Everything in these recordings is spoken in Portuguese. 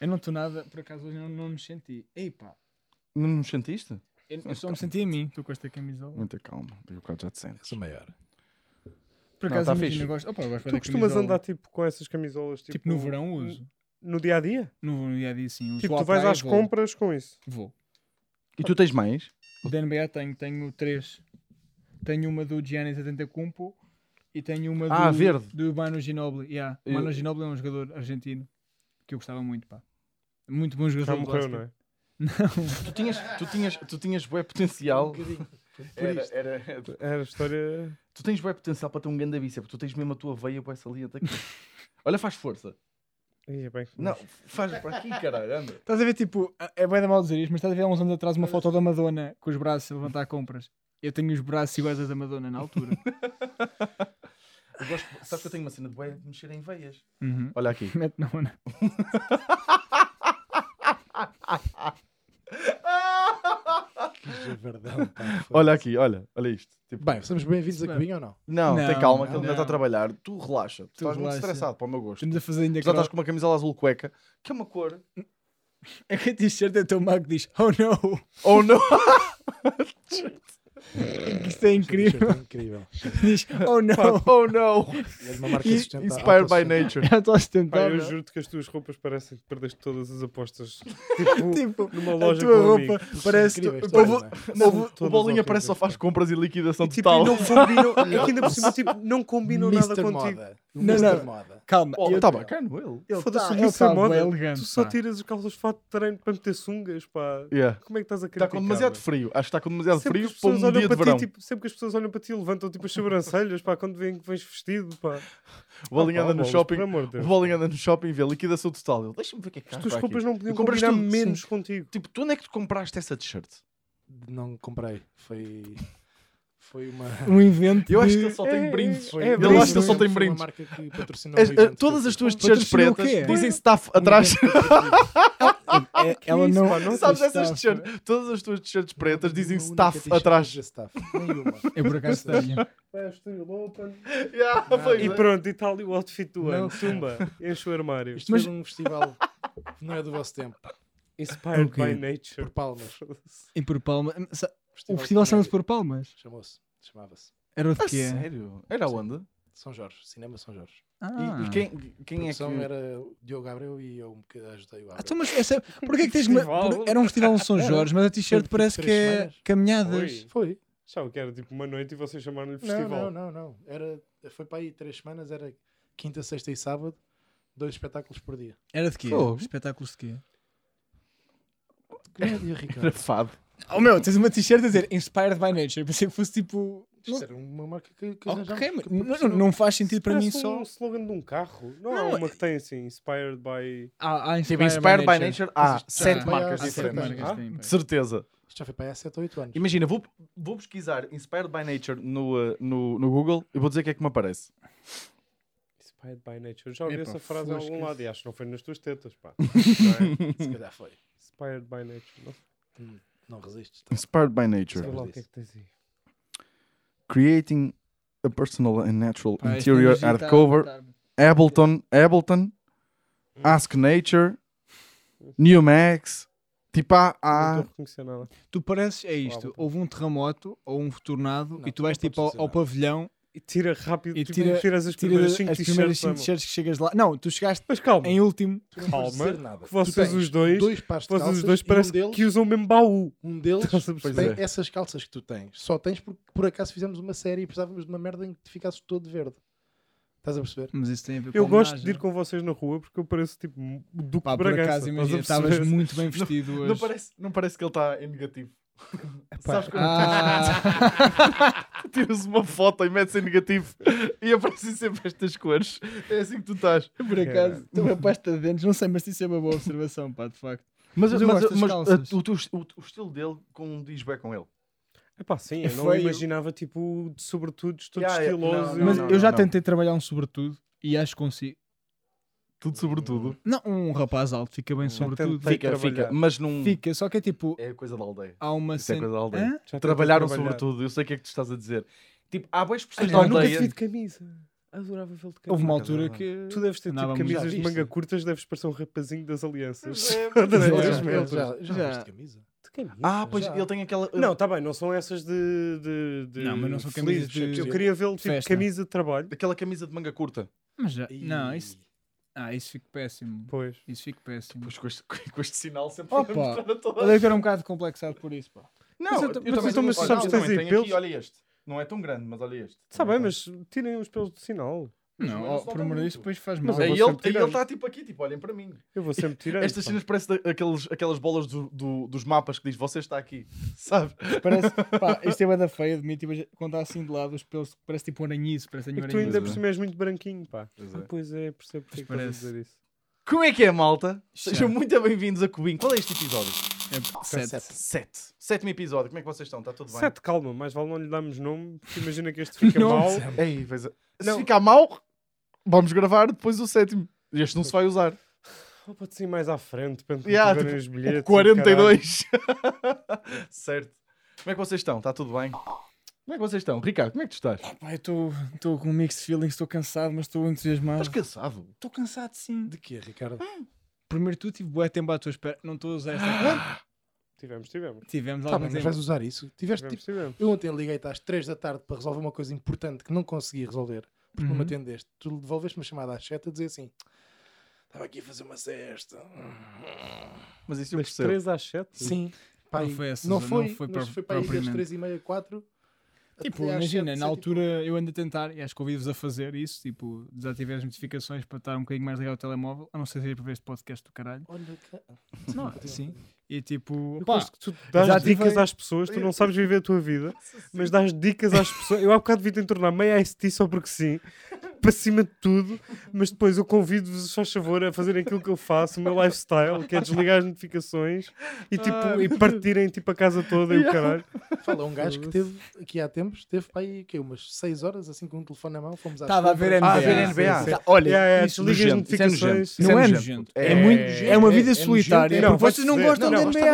Eu não estou nada, por acaso hoje não, não me senti. Ei pá, Não nos sentiste? eu, eu Mas só me senti a mim, estou com esta camisola. Muita calma, daqui a bocado já te sentes. Sou maior. Por Não, acaso tá imagina, fixe. eu gosto. Opa, eu gosto bué Tu da costumas camisola. andar tipo com essas camisolas tipo, Tipo no verão Tipo uso. No dia a dia? No dia a dia sim. uso. Tipo, Vou tu à vais praia, às vou. compras com isso. Vou. E tu tens mais? Da NBA tenho, tenho três. Tenho uma do Giannis Antetokounmpo e tenho uma do, Ah, verde. do Manu Ginobili. Yeah. Eu- Manu Ginobili é um jogador argentino que eu gostava muito, pá. Muito bom jogador Já de morreu, basquete. não é? Tu tinhas, tu tinhas, tu tinhas bué potencial. Era, isto. era, era- Era a história. Tu tens bué potencial para ter um grande bíceps. Tu tens mesmo a tua veia bué saliente aqui. Olha, faz força. Ia é bem. Não, faz para aqui, caralho. Anda. Estás a ver, tipo, a- é bem da mal dizer isto, mas estás a ver há uns anos atrás uma foto da Madonna com os braços a levantar compras. Eu tenho os braços iguais aos da Madonna na altura. Eu gosto, sabes que eu tenho uma cena de bué de mexer em veias. Uhum. Olha aqui. Mete na ona. Que verdão, pá. Olha aqui, olha. Olha isto. Tipo, Bem, somos bem-vindos a Bem. Cubinho ou não? não, Não, tem calma, que ele não. ainda está a trabalhar. Tu relaxa. Tu estás muito relaxa. estressado, para o meu gosto. Estamos a fazer ainda Tu já estás cross. com uma camisola azul cueca, que é uma cor. É que a t-shirt é tão má que diz, oh no, Oh não! que isto é incrível. Isto é Incrível. diz, oh no. Oh não! É de uma marca sustentável. Inspired by nature. Já estou a Pá, sustentar. eu não? juro-te que as tuas roupas parecem que perdeste todas as apostas. Tipo, Tipo, numa a loja tua com roupa amigos. parece. incríveis, tu- houve- não é? Não, São o todas Bolinha horríveis, parece que só faz pá. compras e liquidação E, tipo, total. e não combinam. é que ainda por cima, tipo, não combinam nada Mr. contigo. Moda. O Não, Mr. não. Moda. Calma, Oh, eu- tá bacana, ele. ele Foda-se, tá- o ele Missa tá bué Moda, elegante, tu só pá. tiras as calças de fato de treino para meter sungas, pá. Yeah. Como é que estás a Está criticar? com demasiado mano? frio. Acho que está com demasiado Sempre frio que as para pessoas um dia olham de para verão. ti, tipo, sempre que as pessoas olham para ti, levantam tipo as sobrancelhas, pá, quando vêm que vens vestido, pá. o Bolinha Ah, pá, anda no bolas, shopping. Pelo amor de O Deus. Bolinha anda no shopping, vê a liquidação total. Ele, Deixa-me ver o que é que As há tuas para roupas aqui." não podiam E compras combinar tudo, menos sim. contigo. Tipo, tu onde é que tu compraste essa t-shirt? Não comprei. Foi. Foi uma. Um evento. Eu acho que de- ele só tem brindes. Foi é uma- brindes, foi só tem uma brindes. marca que patrocinou As- eh, o evento todas que eu as tuas fui. t-shirts Patrocinou o pretas quê? dizem staff atrás. É- Ela isso, não. pá, não Sabes Sabes essas t-shirts? Todas as tuas t-shirts pretas Não dizem tenho uma única staff t-shirt atrás. de staff. Nenhuma. Eu por acaso tenho. Yeah, pois E é. pronto, e tal e o outfit do Não. ano. Tumba, enche o armário. Isto Mas- foi um festival que não é do vosso tempo. é Inspired Ok. by nature. Por palmas. E por palmas. O de festival chama-se comédia. por palmas. Chamou-se. Chamava-se. Era o de A quê? Ah, sério? Era onde? São Jorge. Cinema São Jorge. Ah. E, e quem, quem é que... produção era o Diogo Gabriel e eu um bocado ajudei o Ah, Gabriel. então, mas essa... Porquê é que tens. uma- Festival. por- Era um festival em São Jorge, mas a t-shirt Teve parece que três é semanas. caminhadas. Oi. Foi. Achava que era tipo uma noite e vocês chamaram-lhe Não, festival. não, não, não. Era, foi para aí três semanas, era quinta, sexta e sábado, dois espetáculos por dia. Era de quê? Fogo. Espetáculos de quê? Comédia, Era Ricardo. fado. Oh meu, tens uma t-shirt a dizer Inspired by Nature. Pensei que fosse tipo. Isto era uma marca que, que Ok, arranjámos, mas que não, patrocinou. não faz sentido para Parece Tipo, mim um só. slogan de um carro. Não, Não, há é- uma que tem assim, inspired by. Ah, Há, há Tipo, Inspired by Nature é há Mas isto- sete Ah, marcas há sete diferentes. marcas. De certeza. Isto já foi para aí há 7 ou 8 anos. Imagina, vou, vou pesquisar Inspired by Nature no, uh, no, no Google e vou dizer o que é que me aparece. Inspired by nature. Já ouvi Epá, essa frase em fosca. algum lado e acho que não foi nas tuas tetas, pá. Não é? Se calhar foi. Inspired by nature. Não Hum, Não resistes. tá. Inspired by sei Nature. lá o disse. que é que tens aí. Creating a personal and natural interior art tá cover. Ableton, Ableton, Ask Nature, New Max. Tipo, há. Ah. Não há- estou a reconhecer nada. Tu pareces, é isto, Ableton. houve um terremoto ou um tornado Não, e tu vais não tipo podes ao, dizer ao nada. pavilhão E tira rápido, E tipo, tira- tiras as tira primeiras as 5 primeiras t-shirts. 5 mano. t-shirts que chegas lá. Não, tu chegaste Mas calma, em um último. Tu não podes Calma, dizer nada. que vocês Tu os tens dois, dois pares de vocês os calças dois e um parecem deles- que usam o mesmo baú. Um deles Estás a perceber? Pois tem essas calças que tu tens. Só tens porque por acaso fizemos uma série e precisávamos de uma merda em que te ficasses todo verde. Estás a perceber? Mas isso tem a ver com Eu a gosto homenagem. de ir com vocês na rua porque eu pareço tipo o Duque é? Pá, de por Bragança. acaso, estás a imagina, estavas perceber? muito bem vestido hoje. Não parece, não parece que ele está em negativo. Sabes quando Ah, tu tiras uma foto e metes em negativo e aparecem sempre estas cores? É assim que tu estás. por acaso, tu é pasta de dentes, não sei, mas isso é uma boa observação, pá, de facto. Mas, Mas eu mas- gosto das mas, calças. uh, o, teu est- o- o estilo dele condiz bem com ele. Epá, sim, É eu não feio. imaginava tipo de sobretudos todos Yeah, yeah, estilosos. Não, mas não, eu já não. tentei trabalhar um sobretudo e acho que consigo. Tudo sobretudo. Não, um rapaz alto fica bem sobretudo. tentei. Fica, Fica, trabalhar. fica. Mas não. fica, só que é tipo, É coisa da aldeia. há uma um- Isso é coisa cena. da aldeia. Hã? Já tentei Trabalharam trabalhar. sobretudo. Eu sei o que é que tu estás a dizer. Tipo, há boas expressões Epá, da nunca aldeia. te vi de camisa. Adorava vê-lo de camisa. Houve uma Nunca altura dava. que. Tu deves ter tido Andávamos- Já camisas de viste? manga curtas, deves parecer um rapazinho das É, alianças. Mas Já, eu- já, eu- já. já, já, Já. viste camisa? De camisa? Ah, pois Já. ele tem aquela. Não, tá bem, não são essas de. de, de Não, mas não são felizes, camisas de- Eu queria vê-lo tipo festa. camisa de trabalho. Aquela camisa de manga curta. Mas já. Ih. Não, isso. Ah, isso fica péssimo. Pois. Isso fica péssimo. Pois com este, com este sinal sempre Opa! a mostrar a toda a Eu devo ter um bocado complexado por isso, pá. Não, Mas eu, eu tam- eu mas também, um então, mas olha, sabes eu que tens também aí tenho aqui, pelos? olha este. Não é tão grande, mas olha este. Está Tá bem, Também mas tirem os pelos do sinal. Não, mas ó, isso não por dá amor muito. disso, depois faz mal. Mas tem. eu Aí vou ele sempre aí ele tirando. está tipo aqui, tipo, olhem para mim. Eu vou sempre tirar. Estas cenas parecem da- aqueles, aquelas bolas do, do- dos mapas que diz você está aqui, sabe? Parece, pá, isto é bué da feia, admito, mas quando está assim de lado, os pelos parece tipo um aranhice, parece E um É que tu ainda aranhice. por cima és muito branquinho, pá. Pois Ah, é. pois é, percebo porque é que estás a Parece. dizer isso. Como é que é, malta? Chá. Sejam muito bem-vindos a Cubinho. Qual é este episódio? É, Sete. sete. Sete. Sétimo episódio. Como é que vocês estão? Está tudo bem? Sete, calma, mais vale não lhe darmos nome, porque imagina que este fica Não. mal. Ei, pois é. Se Não. ficar mal, vamos gravar depois o sétimo. Este não se vai usar. Ou pode ser mais à frente, depende de Yeah, yeah, tiverem os bilhetes. O e o caralho. 42. certo. Como é que vocês estão? Está tudo bem? Como é que vocês estão? Ricardo, como é que tu estás? Pá, eu estou com um mix de feelings, estou cansado, mas estou entusiasmado. Ah. Estás cansado? Estou cansado, sim. De quê, Ricardo? Primeiro tu tive bué tempo à tua espera. Não estou a usar esta. Tivemos, tivemos. Tivemos Tá algum bem, mas tempo. vais usar isso. Tiveste Tivemos, tipo. tivemos. Eu ontem liguei-te às 3 da tarde para resolver uma coisa importante que não consegui resolver porque não me Uhum. atendeste. Tu devolveste uma chamada às 7 a dizer assim: estava aqui a fazer uma cesta. Mas isso eu Das percebo. 3 às 7? Sim, pá, Não aí- foi essa não zona, foi, não foi mas pro- foi para aí das propriamente. 3 e meia, 4. Tipo, até às imagina, sete, na sete e altura eu ando a tentar, e acho que convido-vos a fazer isso, tipo, desativei as notificações para estar um bocadinho mais ligado ao telemóvel, a não ser seja para ver este podcast do caralho. Olha, ca- Não, sim. E tipo, Eu pá, gosto que tu dás desativei- dicas às pessoas, tu não sabes viver a tua vida, mas dás dicas às pessoas. Eu há bocado vi-te tornar meio ICT só porque sim, para cima de tudo, mas depois eu convido-vos, se faz favor, a fazerem aquilo que eu faço, o meu lifestyle, que é desligar as notificações e, tipo, Ah. e partirem tipo, a casa toda e o caralho. Fala, um gajo que teve aqui há tempos, teve para aí que, umas 6 horas, assim com o telefone na mão, fomos às Estava a compras. ver NBA. Ah, ver Sim, NBA. sim. Olha, Yeah, yeah, isso desliga as nojento, isso é notificações. nojento, Não é isso nojento. puto. É, muito, é uma vida é solitária. nojento, é. porque vocês Não, não vai-te gostam de foder. NBA. Não, Ninguém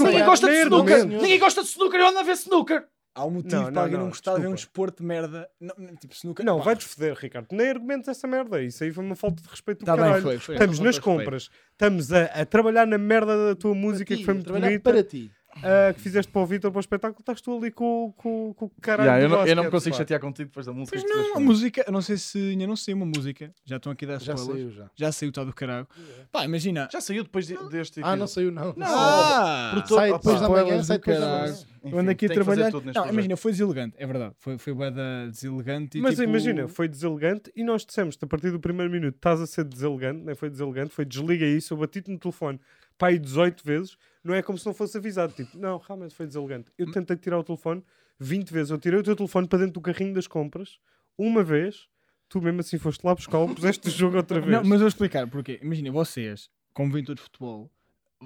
Olha, gosta de merda, snooker. não. Ninguém gosta de snooker. Eu ando a ver snooker. Há um motivo Não, para não, alguém não, não, gostar de ver um desculpa. desporto de merda. Não, não, tipo, snooker. Não, pá, vai-te foder, Ricardo. Nem argumentes essa merda. Isso aí foi uma falta de respeito do Tá bem, caralho. foi, foi. Estamos Foi nas falta de compras, estamos a, a trabalhar na merda da tua Para música ti, que foi a muito trabalhar bonita, Para ti. ah, que fizeste para o Vitor para o espetáculo, estás tu ali com, com, com o caralho. Yeah, eu, do não, eu não me basquete, consigo pá. chatear contigo depois da música. Pois que tu não, a escolhes. música, eu não sei se ainda não sei uma música. Já estão aqui a dar Já spoilers. saiu, já. Já saiu o tal do caralho. Pá, imagina. Já saiu depois de- deste Ah, não episódio. saiu, não. Ah! Produtor- Sai Opa, depois da manhã, spoilers sai do depois da caralho. manhã. Enfim, eu ando aqui a tem é que fazer trabalhar. tudo neste Não, projeto. imagina, foi deselegante, é verdade. Foi, foi bué da deselegante. e, Mas tipo, imagina, foi deselegante e nós dissemos-te a partir do primeiro minuto: estás a ser deselegante, nem foi deselegante, foi desliga isso. Eu bati-te no telefone pá, aí 18 vezes, não é como se não fosse avisado. Tipo, não, realmente foi deselegante. Eu tentei tirar o telefone 20 vezes. Eu tirei o teu telefone para dentro do carrinho das compras, uma vez, tu mesmo assim foste lá buscar, puseste o jogo outra vez. Não, mas eu vou explicar porque Imagina, vocês, como vêm todos de futebol,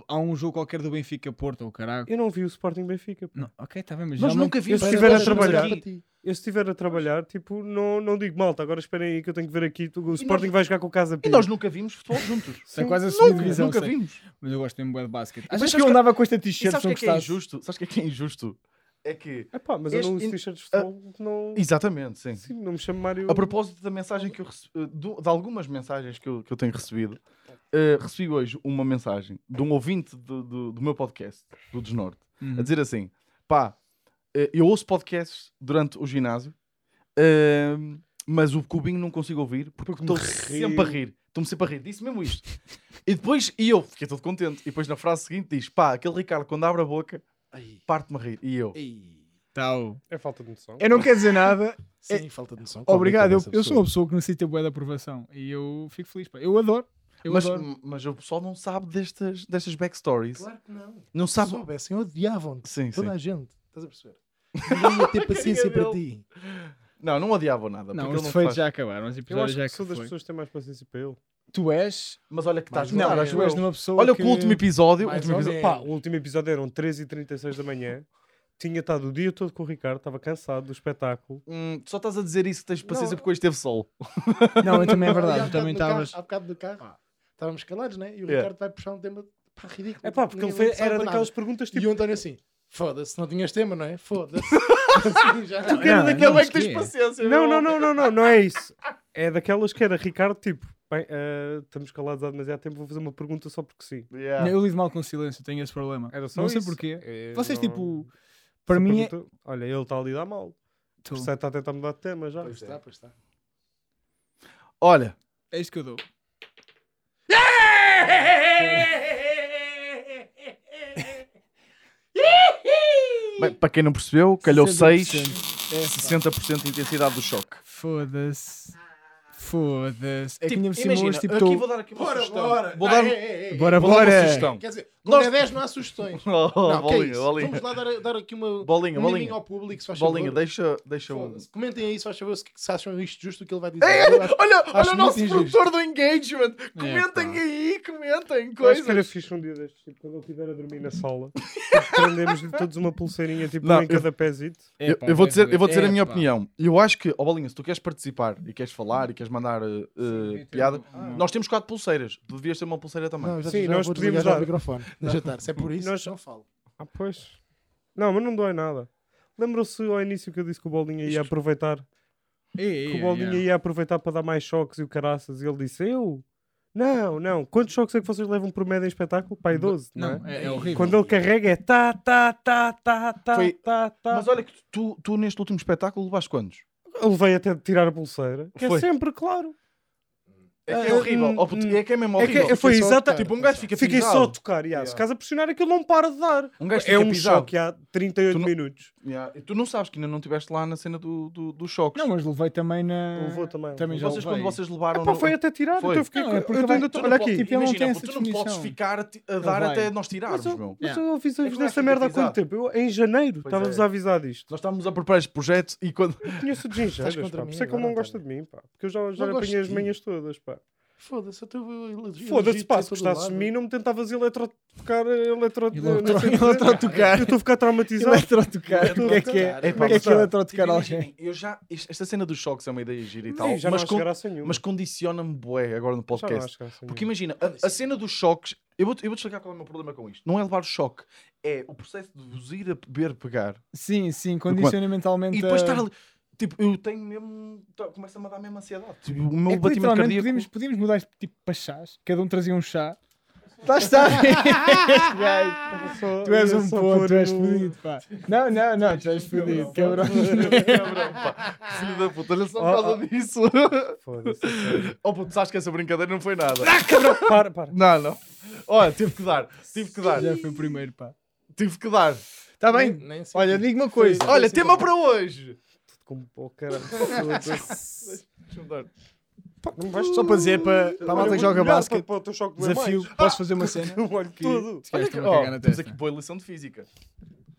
há um jogo qualquer do Benfica Porto ou caralho. Eu não vi o Sporting Benfica. pá. Não, ok, está bem, mas Nós já não- nunca vimos. se Para- estiver a para- para- trabalhar- para ti. Eu se estiver a trabalhar, tipo, não, não digo malta, agora esperem aí que eu tenho que ver aqui. tu- o Sporting vai jogar com o Casa E Pia. nós nunca vimos futebol juntos. Isso é quase a Nunca, segunda divisão. nunca sei. vimos. Mas eu gosto mesmo bué de basquete. Mas Achas que sabes eu que- andava com esta E t-shirt sabes se o que não é que é gostasse? injusto? Sabes o que é que é injusto? É que. É pá, mas Este eu não uso in- t-shirts de futebol, não... Exatamente, sim. Sim, não me chamo Mário... A propósito da mensagem que eu recebi, de algumas mensagens que eu, que eu tenho recebido, eh, recebi hoje uma mensagem de um ouvinte do, do, do meu podcast, do Desnorte, Uhum. a dizer assim: pá, eh, eu ouço podcasts durante o ginásio, ehm, mas o cubinho não consigo ouvir porque Porque estou me rio." sempre a rir. Estou-me sempre a rir, disse mesmo isto. E depois, e eu fiquei todo contente. E depois na frase seguinte diz: pá, aquele Ricardo, quando abre a boca, Ai, parte-me a rir. E eu, ai. Tal. É falta de noção. Eu não quero dizer nada. Sim, falta de noção. Obrigado. Eu, Qual é que é eu dessa sou uma pessoa que necessita bué de aprovação. E eu fico feliz. pá. Eu adoro. Eu mas, adoro. mas o pessoal não sabe destas, destas backstories. Claro que não. Não Se sabe. soubessem, odiavam-te. Sim, sim. Toda a gente. Estás a perceber? Ninguém ia ter paciência para ti. Não, não odiava nada. Não, porque os ele não defeitos faz. já acabaram. Os Eu episódios acho já que que sou das foi. pessoas que têm mais paciência para ele. Tu és. Mas olha que estás Não, Não, mudar, mas tu acho és eu. numa pessoa. Olha que... que o último episódio. o Mais último ou episódio- menos. Pá, o último episódio eram 13h36 da manhã, tinha estado o dia todo com o Ricardo, estava cansado do espetáculo. Hum, só estás a dizer isso que tens paciência porque hoje teve sol. Não, eu também é Olha, há verdade. bocado também no carro- estavas. Há bocado do carro, estávamos calados, né? E o Yeah. Ricardo vai puxar um tema pá, ridículo. É pá, porque ele Ninguém foi, sabe era para daquelas nada. perguntas E tipo... o António assim: foda-se, não tinhas tema, não é? Foda-se. Assim, Já- Não, Ainda não, bem mas que tens quê? paciência. Não, meu. não, não, não, não, não é isso. é daquelas que era Ricardo, tipo, bem, eh, estamos calados há demasiado tempo, vou fazer uma pergunta só porque sim. Yeah. Eu lido mal com o silêncio, tenho esse problema. Era só não sei isso. porquê. Eh, Vocês, não- tipo, essa para mim é. Então. pergunta- Olha, ele está a lidar mal. Tu. Por isso é que está a tentar mudar de tema já. Pois está, pois tá. está. Olha, É isto que eu dou. bem, para quem não percebeu, calhou 6, 60%. É, 60% de intensidade do choque. Foda-se. Foda-se. É que ainda por cima imagina, hoje, tipo, aqui tô- vou dar aqui uma Bora, sugestão. bora. Vou dar, um- Ah, ei, ei, ei. Bora, vou dar uma bora. sugestão. Quer dizer, quando é 10 não há sugestões. Oh, Não, que é bolinha, isso? bolinha. Vamos lá dar, dar aqui uma Bolinha, um bolinha. miminho ao público, se faz Bolinha, favor. deixa, deixa um... É! Foda-se. Comentem aí se faz favor se, se acham isto justo o que ele vai dizer. Eu acho- Olha, olha o muito nosso injusto. produtor do engagement. pá. Comentem aí, comentem Eu Acho que era coisas. fixe um dia destes, tipo, quando ele estiver a dormir na sala, tipo, prendemos-lhe todos uma pulseirinha, tipo, Não, um em cada pézito. Eu, Epá, é, eu um vou vai dizer, doer. eu vou dizer é, a minha Epá. opinião. Eu acho que, ó Bolinha, se tu queres participar e queres falar e queres mandar eh, eh, devia ter piada, uma- uma- nós temos quatro pulseiras. Tu devias ter uma pulseira também. Não, já, Sim, já nós vou podíamos desligar já dar. o microfone. Deixa estar, se é por isso, Nós- não falo. Ah, pois. Não, mas não dói nada. Lembram-se ao início que eu disse que o Bolinha ia aproveitar? Ah. Ei, que o ei, Bolinha ei. ia aproveitar para dar mais choques e o caraças. E ele disse: Eu? Não, não. Quantos choques é que vocês levam por média em espetáculo? Pai, 12, não, é? Não, é, é horrível. Quando ele carrega é tá, tá, tá, tá, tá, Foi- tá, tá. Mas olha que tu, tu neste último espetáculo levaste quantos? Eu levei até de tirar a pulseira. Que é Foi. sempre, claro. É que é Ah, horrível. hum, ó puto, hum. é que é mesmo É que horrível. foi Fiquei só a exata. tocar. Tipo, um gajo fica Fiquei só a pisado. tocar, yeah. se Yeah. estás a pressionar aquilo não para de dar. Um gajo É fica um pisado. choque há 38 Tu não- minutos. Yeah. E Tu não sabes que ainda não estiveste lá na cena do, do, dos choques. Não, mas levei também na. Levou também. Também já vocês, quando levei. vocês levaram... Ah, pá, no- foi até tirar, Foi. então eu fiquei. Não, é porque eu tô vai- ainda tô- Tu não olha podes- aqui. Tipo, ele não tem Imagina, essa pô, tu não podes definição. ficar a, ti- a Ele dar vai. até nós tirarmos, Mas eu, meu. mas É. eu É que avisei-vos não é desta merda há fiscalizado. quanto tempo? Eu, em janeiro Pois estava-vos é. a avisar disto. Nós estávamos a preparar este projeto e quando... Conheço de Estás gingeiras, contra pá. Por mim isso é que ele agora, não gosta de António. mim, pá. Porque eu já, já Não gosto apanhei as de ti. manhas todas, pá. Foda-se, eu estou Foda-se, pá. Se gostasses de mim, não me tentavas eletrotocar. Eletro... não sei dizer. Eletrotocar. Eu estou a ficar traumatizado. Eletrotocar. O que é que é? O Eletrotocar. que é que é eletrotocar Tipo, alguém? imaginem, Eu já... isto- Esta cena dos choques é uma ideia gira e tal. Sim, Já não mas há con- graça nenhuma. mas condiciona-me bué agora no Já não há podcast. graça Porque nenhuma. imagina, a, a cena dos choques. Eu vou-te eu vou explicar qual é o meu problema com isto. Não é levar o choque, é o processo de vos ir a beber pegar Sim, sim, condiciona mentalmente. Então e depois a- estar ali. Tipo, eu tenho mesmo. tá- Começa-me a dar mesmo ansiedade. Tipo, o meu É que batimento literalmente cardíaco. podíamos, podíamos mudar isto tipo para chás. Cada um trazia um chá. Lá está. Este gajo. Eu só- Tu és eu um Oh, só ponto, pôr tu és no- fodido, pá. Não, não, não, tu és fodido, cabrão. Cabrão, pá. Filho da puta, olha só por Oh, causa disso. Foda-se, sério. oh puto, sabes que essa brincadeira não foi nada. Para, para. Não, não. Olha, tive que dar. Tive que dar. Já foi o primeiro, pá. Tive que dar. Está bem? Olha, digo uma coisa. Tá Olha, tema para hoje. Como, oh, caralho. foda-se. Deixa-me dar. Pá, Não vais Só para dizer para, para a malta que joga basquete, Para o teu choque doer desafio, mais. posso fazer uma cena? Eu olho tudo. Se Olha queres que, tomar cagar oh, na temos testa. aqui boa lição de física.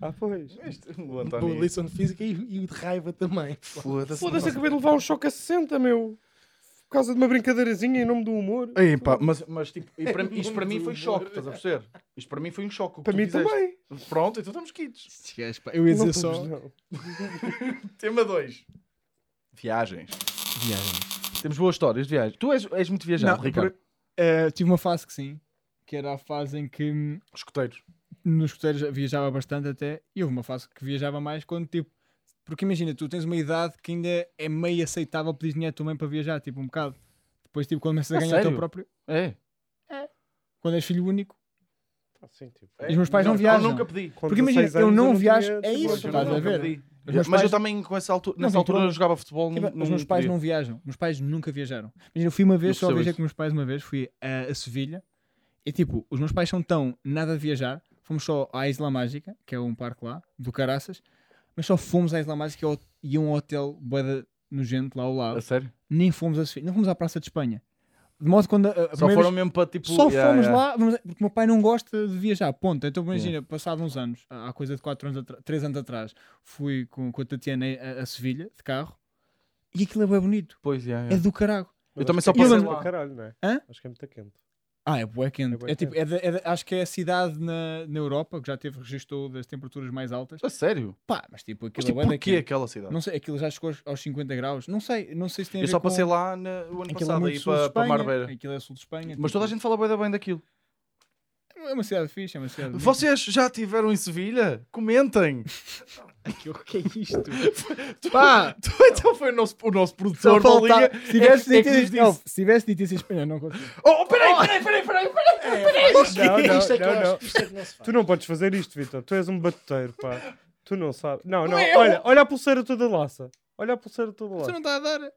Ah, pois. Este, o António. Boa lição é de física e, e de raiva também. Foda-se. Foda-se, acabei de levar um choque a 60, meu. Por causa de uma brincadeirazinha em nome do humor. Ei, pá, mas, mas tipo, e para- isto para mim do foi humor. choque, estás a perceber? Isto para mim foi um choque. o que Para tu mim fizeste. também. Pronto, então estamos quites. Estes gajos, pá. Eu ia dizer Não só. estamos, não. Tema 2. Viagens. Viagem. Temos boas histórias de viagens. Tu és, és muito viajado, Não, Ricardo. por- eh, tive uma fase que sim, que era a fase em que hum, Escuteiros. nos escuteiros viajava bastante até, e houve uma fase que viajava mais quando tipo. Porque imagina, tu tens uma idade que ainda é meio aceitável pedir dinheiro à tua mãe para viajar, tipo, um bocado. Depois, tipo, quando começas a A ganhar o teu sério? próprio. É. Quando és filho único. Ah, sim, tipo. É. Os meus pais não eu viajam. nunca pedi. Com Porque imagina, 16 eu anos não tinha viajo, é dinheiro isso, para estás nada. a Nunca ver? pedi. Os meus Mas pais- eu também, com essa altura, Não, nessa tem altura, problema. eu jogava futebol. Tipo, não, os meus não pais podia. não viajam. Meus pais nunca viajaram. Imagina, eu fui uma vez, Eu só percebo viajei isso. com meus pais uma vez, fui a, a Sevilha. E tipo, os meus pais são tão nada a viajar. Fomos só à Isla Mágica, que é um parque lá, do Caraças. Mas só fomos à Isla Mágica e ao- e a um hotel boeda nojento lá ao A lado. sério? Nem fomos a Sevilha, não fomos à Praça de Espanha. De modo que quando a, a Só primeira foram vez- mesmo para tipo. só yeah, fomos yeah. lá, vamos dizer, porque o meu pai não gosta de viajar, ponto. Então imagina, passado uns anos, há há coisa de 4 anos, 3 anos atrás, fui com, com a Tatiana a, a Sevilha, de carro, e aquilo é bem bonito. Pois, yeah, É yeah. do carago. Mas também acho só que é passei quente lá. pra Caralho, não é? Hã? Acho que é muito quente. Ah, é bué quente. É É bué tipo, é da- é da- acho que é a cidade na, na Europa que já teve, registou das temperaturas mais altas. A sério? Pá, mas tipo, Mas aquilo tipo, é bué da porquê quente. aquela cidade? Não sei, aquilo já chegou aos- aos 50 graus. Não sei, não sei se tem a Eu ver só com... passei lá na- o ano Aquilo é passado, muito aí sul de para para Espanha, Marbeira. Aquilo é sul de Espanha. Mas tipo, toda a gente fala bem, bem daquilo. É uma cidade fixe, é uma cidade. bonita. Vocês já tiveram em Sevilha? Comentem! Que, o que é isto? Pá! então foi o nosso, o nosso Só produtor da falta- liga. Se tivesse é dito que nos isso- não, se tivesse dito isso em espanhol, não consigo. Oh, peraí, peraí, peraí, peraí, É, peraí! Não, não, isto é que não, eu acho- não. isto é que não se faz. Tu não podes fazer isto, Vitor. Tu és um batuteiro, pá. Tu não sabes. Não, não. é eu. Olha, olha a pulseira toda laça. Olha a pulseira toda Você não está laça. a dar.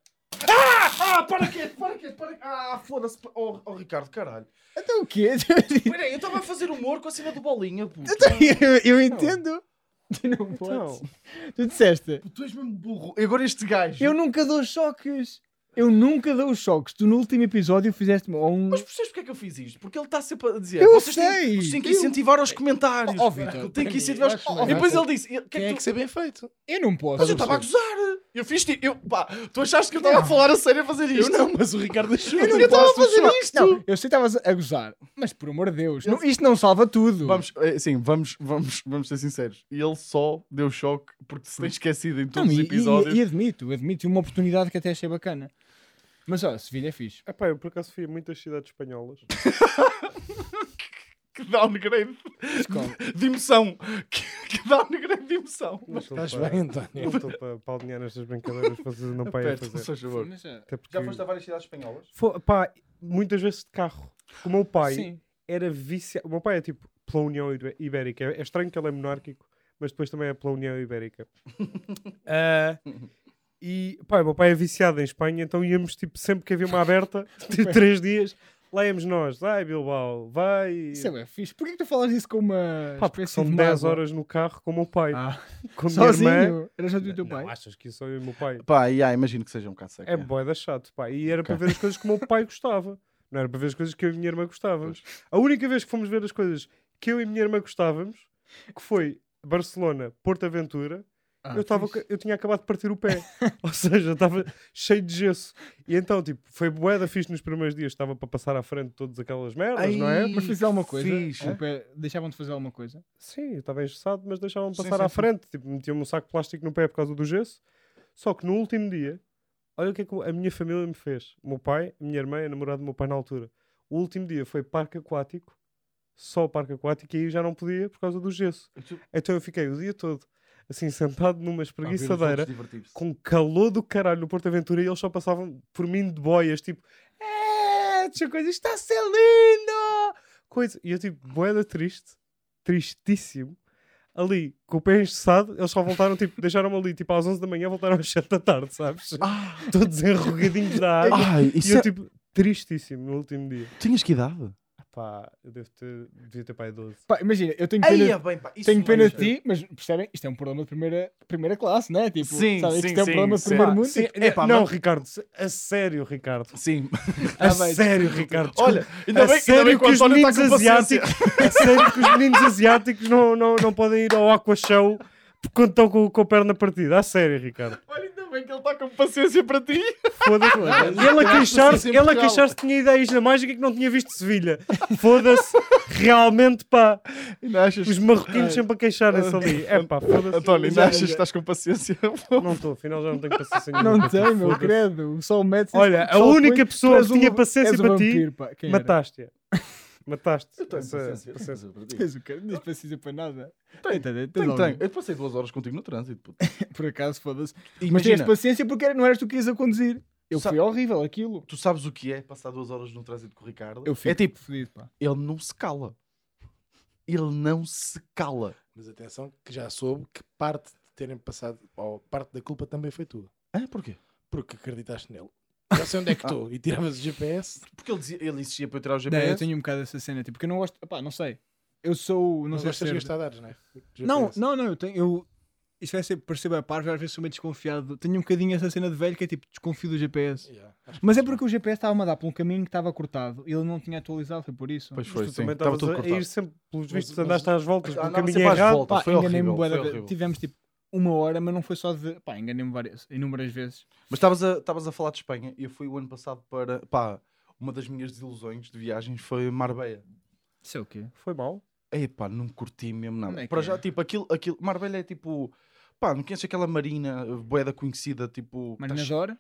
Ah, para quê? Para quê? Para quê? Ah, foda-se! Oh, oh, Ricardo, caralho! Até Então o quê? Peraí, eu estava a fazer humor com a cena do bolinha, puto! Eu, eu entendo. Tu não podes. Então, Tu disseste. Tu és mesmo burro! E agora este gajo! Eu nunca dou choques. Eu nunca dou choques. Tu no último episódio fizeste-me ou um. Mas percebes porque é que eu fiz isto? Porque ele está sempre a dizer. Eu vocês sei. Têm, vocês têm que Eu- incentivar aos comentários. Ó, ó, Vitor, tem que para incentivar mim, aos... eu acho é E depois melhor. ele disse. "E- Que Tem é é que que tu... ser bem feito. Eu não posso. Mas eu estava a gozar. Eu fiz tipo. Eu, pá, tu achaste que eu estava a falar a sério a fazer isto? não, mas o Ricardo achou. Eu estava a fazer isto. Não, eu sei que estavas a gozar, mas por amor de Deus, não- isto não salva tudo. Vamos, é, sim, vamos, vamos, vamos ser sinceros. Ele só deu choque porque se tem esquecido em Não, todos os e- e- episódios. E, admito, admito, e uma oportunidade que até achei bacana. Mas ó, Sevilha é fixe. epá, eu por acaso fui a muitas cidades espanholas. Que downgrade Escola. de emoção. Que, que downgrade de emoção. Não estou Estás para- bem, então. António? Não estou para para alinhar nestas brincadeiras, vocês não para aí a Perto, fazer. se faz favor. Mas, ah, Até porque... Já foste a várias cidades espanholas? Fo- pá, muitas vezes de carro. O meu pai Sim. era viciado. O meu pai é tipo pela União Ibe- Ibérica. É é estranho que ele é monárquico, mas depois também é pela União Ibérica. Ah, e pá, o meu pai é viciado em Espanha, então íamos tipo sempre que havia uma aberta, tipo, três dias, lá íamos nós. Vai Bilbao, vai. Isso é bué fixe. Porquê que tu falas isso com uma. Pá, porque espécie são de 10 mágoa? horas no carro com o meu pai, Ah, com a minha irmã. sozinho? Era só tu e o teu Não, pai? achas que isso é o meu pai? Pá, e ah, imagino que seja um bocado seco. É boeda chato, pá. E era para ver as coisas que o meu pai gostava. Não era para ver as coisas que eu e a minha irmã gostávamos. A única vez que fomos ver as coisas que eu e a minha irmã gostávamos, que foi Barcelona, Porto Aventura, Ah, eu, é tava, fixe. eu tinha acabado de partir o pé. Ou seja, estava cheio de gesso. E então, tipo, foi boeda fixe nos primeiros dias. Estava para passar à frente de todas aquelas merdas, não é? Mas fiz alguma coisa? É? Fixe. Ou pe- Deixavam-te fazer alguma coisa? Sim, eu estava engessado, mas deixavam Sim, passar sim, à sim. frente. Tipo, metiam-me um saco de plástico no pé por causa do gesso. Só que no último dia, olha o que é que a minha família me fez. O meu pai, a minha irmã e a namorada do meu pai na altura. O último dia foi parque aquático, só o parque aquático, e aí já não podia por causa do gesso. Eu tu- Ah, Então eu fiquei o dia todo, assim, sentado numa Pá, ver os espreguiçadeira, outros divertir-se. com calor do caralho no Porto Aventura, e eles só passavam por mim de boias, tipo, é, tia coisa, isto está a ser lindo! Coisa. E eu, tipo, boeda triste, tristíssimo, ali, com o pé engessado, eles só voltaram, tipo, deixaram-me ali, tipo, às 11 da manhã, voltaram às 7 da tarde, sabes? Ah, Todos enrugadinhos da água. ai, e isso eu, é... tipo, tristíssimo no último dia. Tinhas que idade? Pá, eu devo ter, devia ter é pai 12. Pá, imagina, eu tenho Aí é pena, bem, pá. Isso tenho não pena é de ti, mas percebem? Isto é um problema de primeira, primeira classe, não é? Tipo, Sim, sabe, sim, isto é um sim, problema de sim. primeiro Pá, mundo. Sim, tipo, é pá, não, mas- Ah, Ricardo, a sério, Ricardo. Sim. A bem. sério, Ricardo. Olha, ainda bem, ainda a bem É que sério que, o os António meninos está com paciência. asiáticos, a sério que os meninos asiáticos não, não, não podem ir ao Aqua Show porque estão com, com a perna partida. A sério, Ricardo. Olha, ainda bem que ele está com paciência assim para ti. Foda-se. ele a queixar-se é em ele a Portugal. queixar-se que tinha ideias da mágica que não tinha visto Sevilha. Foda-se. Realmente, pá. Ainda achas... Os marroquinos sempre a queixarem-se ali. É pá, foda-se. António, ainda Já- achas que estás com paciência? Não estou, afinal já não tenho paciência nenhuma. Não tenho, meu Foda-se. credo. Só o Médici. Olha, a só única põe- pessoa tu és que tinha um- paciência és um para ti, vampiro, pá. Quem era? Mataste-a. Mataste. Essa- paciência. Tens o cara, não tens paciência para nada. Tem, tem, Tenho, tenho. Eu passei duas horas contigo no trânsito. puto. Por acaso, foda-se. Mas tens Imagina, paciência porque era- não eras tu que ias a conduzir. Eu Sa- fui horrível aquilo. tu sabes o que é passar duas horas no trânsito com o Ricardo? Eu fico é tipo, fodido, pá. ele não se cala. Ele não se cala. Mas atenção, que já soube que parte de terem passado, ou parte da culpa também foi tua. Ah, porquê? Porque acreditaste nele. Já sei onde é que estou. E tiravas o GPS. Porque ele, dizia, ele insistia para eu tirar o Não, GPS. eu tenho um bocado essa cena, tipo, porque eu não gosto, pá, não sei. Eu sou, não, Não, sei gostas de se gastar dados, não é? Não, GPS. não, não, eu tenho, eu, isto vai ser, percebo a par, às vezes sou meio desconfiado. Tenho um bocadinho essa cena de velho que é tipo, desconfio do GPS. Yeah, acho que Mas é faz porque o GPS estava-me a dar por um caminho que estava cortado e ele não tinha atualizado, foi por isso. Pois foi, tu sim. também Estava estavas tudo Ah, a, a ir cortado. sempre, pelos vistos, mas- andaste às voltas pelo Andava caminho é sempre às errado. voltas, Pá, foi enganei-me horrível, bué da foi vez. horrível. Tivemos tipo uma hora, mas não foi só de. Pá, enganei-me várias, inúmeras vezes. Mas estavas a, estavas a falar de Espanha e eu fui o ano passado para. Pá, uma das minhas desilusões de viagens foi Marbella. Isso é o quê? Foi mal. Epá, não curti mesmo nada. Onde é que para é? já, tipo, aquilo, aquilo. Marbella é tipo. Pá, não conheces aquela marina eh, boeda conhecida, tipo. Marina tá de Hora?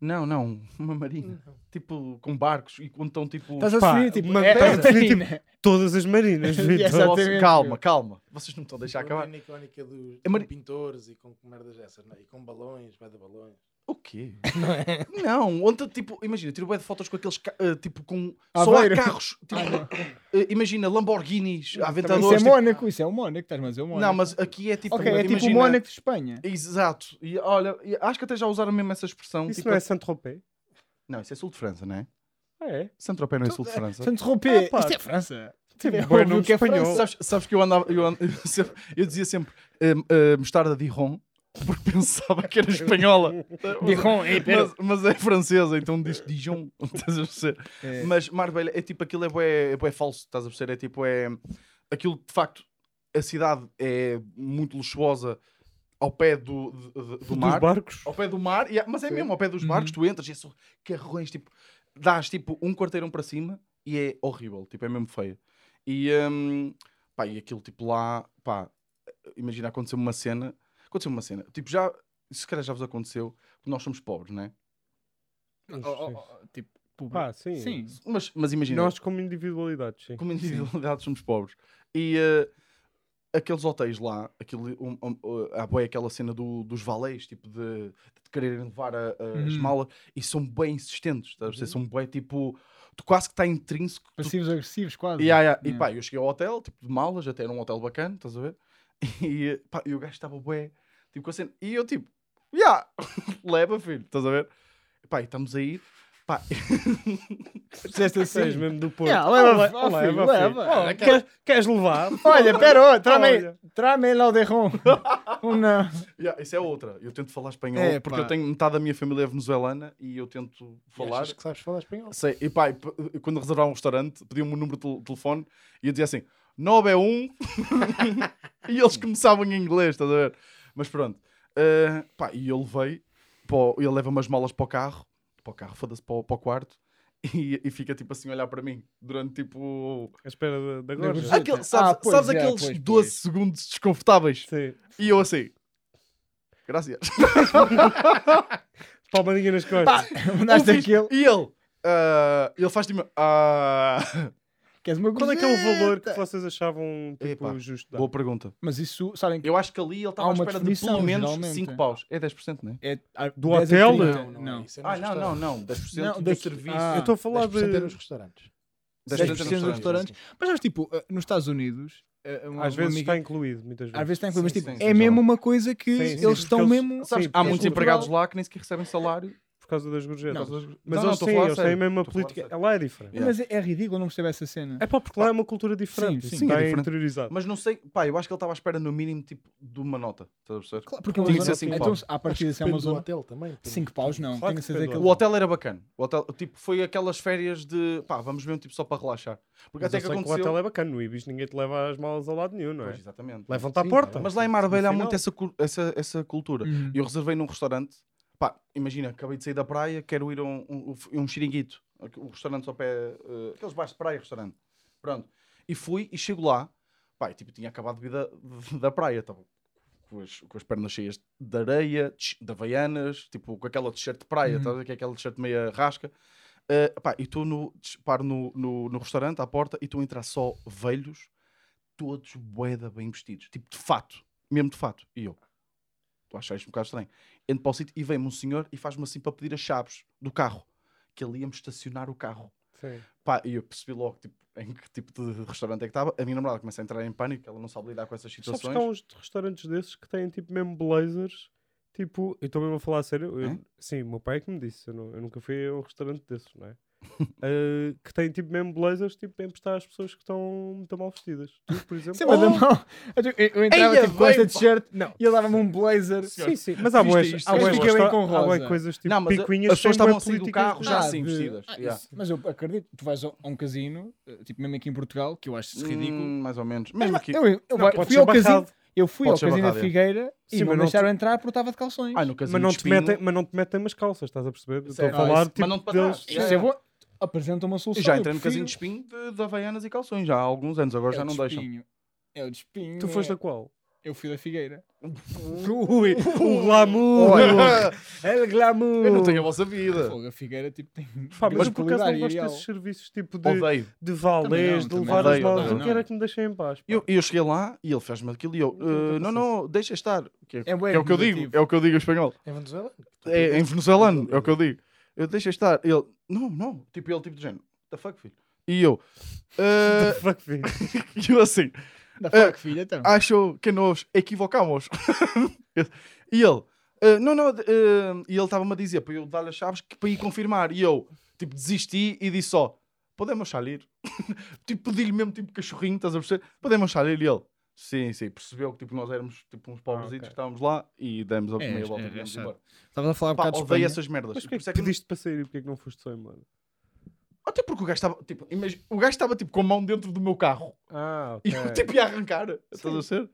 Não, não, uma marina. Tipo, com barcos e quando estão tipo. Estás a Pá, definir, tipo, uma- é, estás a espera definir, aí, tipo, né? Todas as marinas, Yes, Vitor. exatamente. Calma, calma. Vocês não me estão a deixar Uma acabar. menina icónica dos É mari- com pintores e com merdas dessas, não é? E com balões, vai de balões. O quê? é? Não, ontem, tipo, imagina, tiro bué de fotos com aqueles, ca- eh, tipo, com... Aveiro. Só há carros, tipo, eh, imagina, Lamborghinis, Isso é Aventadores, tipo- Mónaco, isso é o Mónaco, estás-me a dizer o Mónaco. Não, mas aqui é tipo... Ok, é tipo imagina- o Mónaco de Espanha. Exato. E olha, e acho que até já usaram mesmo essa expressão. Isso tipo, não é Saint-Tropez? não, isso é sul de França, não é? Ah, é? Saint-Tropez não é sul de França. Santo Roupé, Ah, pá. isto é França. Tipo, É bué óbvio nome que é espanhol. França. Sabes, sabes que eu andava... Eu, andava- eu, sempre- eu dizia sempre eh, eh, mostarda Dijon, porque pensava que era espanhola. Dijon, é, pera. Mas, mas é francesa, então diz Dijon. Estás a perceber? É. Mas Marbella é tipo aquilo é bué, é bué falso, estás a perceber? É tipo, é aquilo de facto, a cidade é muito luxuosa ao pé do, de- de- do Dos mar, barcos? ao pé do mar, e há- mas é mesmo ao pé dos Uhum. barcos. Tu entras e é só carrões, tipo, dás tipo um quarteirão para cima e é horrível, tipo, é mesmo feia. E, hum, pá, e aquilo tipo lá, pá, imagina aconteceu uma cena, aconteceu uma cena, tipo, já, se calhar já vos aconteceu, nós somos pobres, não é? Oh, oh, oh, Tipo, público. Pá, sim. Sim. Mas, mas imagina, Nós como individualidades, sim. como individualidade somos pobres. E eh, aqueles hotéis lá, aquele, um, um, uh, há bem aquela cena do- dos valets, tipo de, de quererem levar a, a as Uhum. malas, e são bem insistentes, estás a perceber? Uhum. São bem tipo, tu quase que está intrínseco. tu- Passivos agressivos, quase. e, aí, e Uhum. Yeah. pá, eu cheguei ao hotel, tipo de malas, até era um hotel bacana, estás a ver? E, eh, pá, e o gajo estava bué, tipo com a cena, e eu tipo, yeah, leva filho, estás a ver? Pá, e estamos a ir, pá, Fizeste assim. Seis mesmo do Porto. Yeah, leva, Oh, le- oh, oh, filho, filho. leva. Oh, queres- Queres levar? Olha, pera, oh, Olha. trame, trame lá o Derron. Não. Yeah, isso é outra. Eu tento falar espanhol É, porque pá. eu tenho metade da minha família é venezuelana e eu tento falar. Achas que sabes falar espanhol? Sei. E pá, e p- quando reservava um restaurante, pediam-me um número de tel- telefone e eu dizia assim: 9 é 1. e eles começavam em inglês, estás a ver? Mas pronto. Ah, pá, e eu levei, para o- ele leva umas malas para o carro, para o carro, foda-se, para, o- para o quarto. E, e fica tipo assim a olhar para mim durante tipo. À espera da- da gorja. gorja. Aquele, sabes, Ah, pois sabes é, aqueles pois, 12 pois. segundos desconfortáveis? Sim. E eu assim. Graças. Palmadinha nas costas. Mandaste Um fixe. aquele. E ele? ah, ele faz tipo. ah. Queres uma Qual é que é o valor que gorjeta? vocês achavam tipo, Epá, justo? dar? Boa pergunta. Mas isso, sabem que Eu acho que ali ele Há estava à uma espera de pelo definição, menos geralmente. 5 paus. É 10%, não é? é. Do 10 a hotel? 30. Não, Não. isso é nos Ah, não, não, restaurantes. não. 10% Não, do daqui- serviço. ah. Eu estou a falar 10% é nos de. restaurantes. 10% é nos é restaurantes. Mas sabes, tipo, eh, nos Estados Unidos. eh, uma- Às uma vezes amiga- está incluído, muitas Às vezes. vezes está incluído, mas Sim, tipo, sim, sim, é já mesmo vai. uma coisa que Sim, sim, eles sim, estão porque eles- mesmo. Sabes, Sim, há é muitos cultural. empregados lá que nem sequer recebem salário. Por causa das gorjetas. Não, Mas não, estou eles a sim, falar eles sério. têm mesmo a Estou a falar política. sério. Ela é diferente. Yeah. Mas é- é ridículo não perceber essa cena. É pá, porque lá é uma cultura diferente. sim, Sim, sim, é está diferente. interiorizado. Mas não sei, pá, eu acho que ele estava à espera no mínimo tipo de uma nota. Estás a perceber? Claro, porque é Tinha uma que ser zona. cinco Então, paus. à partida, se é Depende uma do zona. hotel também. pô. 5 paus, não. Claro Tenho que a certeza depende que do O hotel era bacana. O hotel, tipo, foi aquelas férias de pá, vamos mesmo tipo só para relaxar. Porque Mas até eu que sei aconteceu. que o hotel é bacana. No Ibis ninguém te leva as malas ao lado nenhum, não é? Pois, exatamente. Levam-te à Sim, porta. claro. Mas lá em Marbella há No muito final. essa, cu- essa, essa cultura. Uhum. E eu reservei num restaurante. Pá, imagina, acabei de sair da praia, quero ir a um, um, um xiringuito. Um restaurante ao pé. eh, aqueles bares de praia, e restaurante. Pronto. E fui e chego lá. Pá, e, tipo, tinha acabado de vir da, da praia. Estava com as, com as pernas cheias de areia, de, de havaianas, tipo, com aquela t-shirt de praia, Uhum. estás a ver? Que é aquela t-shirt meia rasca. Eh, pá, e estou no, des- paro no, no, no restaurante, à porta, e estou a entrar só velhos, todos boeda bem vestidos. Tipo, de fato. Mesmo de fato. E eu, tu achas isto um bocado estranho. Entro para o sítio e vem-me um senhor e faz-me assim para pedir as chaves do carro. Que ele ia-me estacionar o carro. Sim. Pá, e eu percebi logo tipo, em que tipo de restaurante é que estava. A minha namorada começa a entrar em pânico, ela não sabe lidar com essas Sabes situações. que é um há uns restaurantes desses que têm tipo mesmo blazers. Tipo, eu estou mesmo a falar a sério. eu- É? sim, o meu pai é que me disse. Eu, não- eu nunca fui a um restaurante desses, não é? Ah, que têm tipo mesmo blazers, tipo, para emprestar às pessoas que estão muito mal vestidas. Tu, por exemplo. Sim, mas Oh! eu não- Eu, eu entrava Eia, tipo, com esta bem, t-shirt Não. e ele dava-me um blazer. Sim, sim, mas há Viste boas, isto? há Este boas, fica bem resta- com há boas rosa. coisas tipo Não, mas a- picuinhas as pessoas têm estavam bué a sair do políticas carro já de- assim vestidas. Ah, Yeah. isso- Mas eu acredito, tu vais a a um casino, eh, tipo mesmo aqui em Portugal, que eu acho isso ridículo. É Hum, mais ou menos. Mesmo aqui. Eu, eu- eu Não, vai- pode fui ser ao casino, barrado. eu fui Pode ao ser casino da barrado, é. Figueira Sim, e não mas me não deixaram entrar porque eu estava de calções. Ai, no casino Mas não, de te Espinho, metem, mas não te metem umas calças, estás a perceber? Estou a Ah, falar é isso- mas não te tipo para trás. deles. Isto já, é bom. Apresenta uma solução. Já eu entrei no prefiro- casino de espinho de, de Havaianas e calções já há alguns anos, agora É já o não deixam. despinho. É o despinho. Tu foste a qual? Eu fui da Figueira. Ui, o glamour! El glamour! Eu não tenho a vossa vida. Fogo, a Figueira tipo, tem. Pá, mas grande por acaso não qualidade gosto aerial. desses serviços tipo de, Odeio. de valés, Também não, de também levar não. as malas. Odeio, Eu não. quero é que me deixem em paz. pá. E eu, eu cheguei lá e ele fez-me aquilo e eu, "Eh, não, não, deixa estar. Que é, É bué que é o que eu digo, negativo. é o que eu digo em espanhol. Em Venezuela? É, em venezuelano, é o que eu digo. Eu deixa estar. Ele, não, não. Tipo, ele tipo de género, what the fuck, filho? E eu, "Eh", Fuck, filho. e eu assim, Da fuck, filha, então. acho que nos equivocamos. e ele, "Eh, não, não, de- eh", e ele estava-me a dizer para eu dar-lhe as chaves que, para ir confirmar. E eu, tipo, desisti e disse só, podemos salir? tipo, pedi-lhe mesmo, tipo, cachorrinho, estás a perceber? Podemos salir? E ele, sim, sim, percebeu que tipo, nós éramos tipo, uns pobrezitos ok. que estávamos lá e demos a Ah, É, meia é, volta é e viemos chato. embora. Estavas a falar um Pá, bocado de odeio Espanha. essas merdas. Mas Por porquê isso que é que não- pediste para sair e porquê que não foste só embora? Até porque o gajo estava, tipo, imagi- o gajo estava tipo, com a mão dentro do meu carro. Ah, E ok. eu tipo ia arrancar. Estás a ser?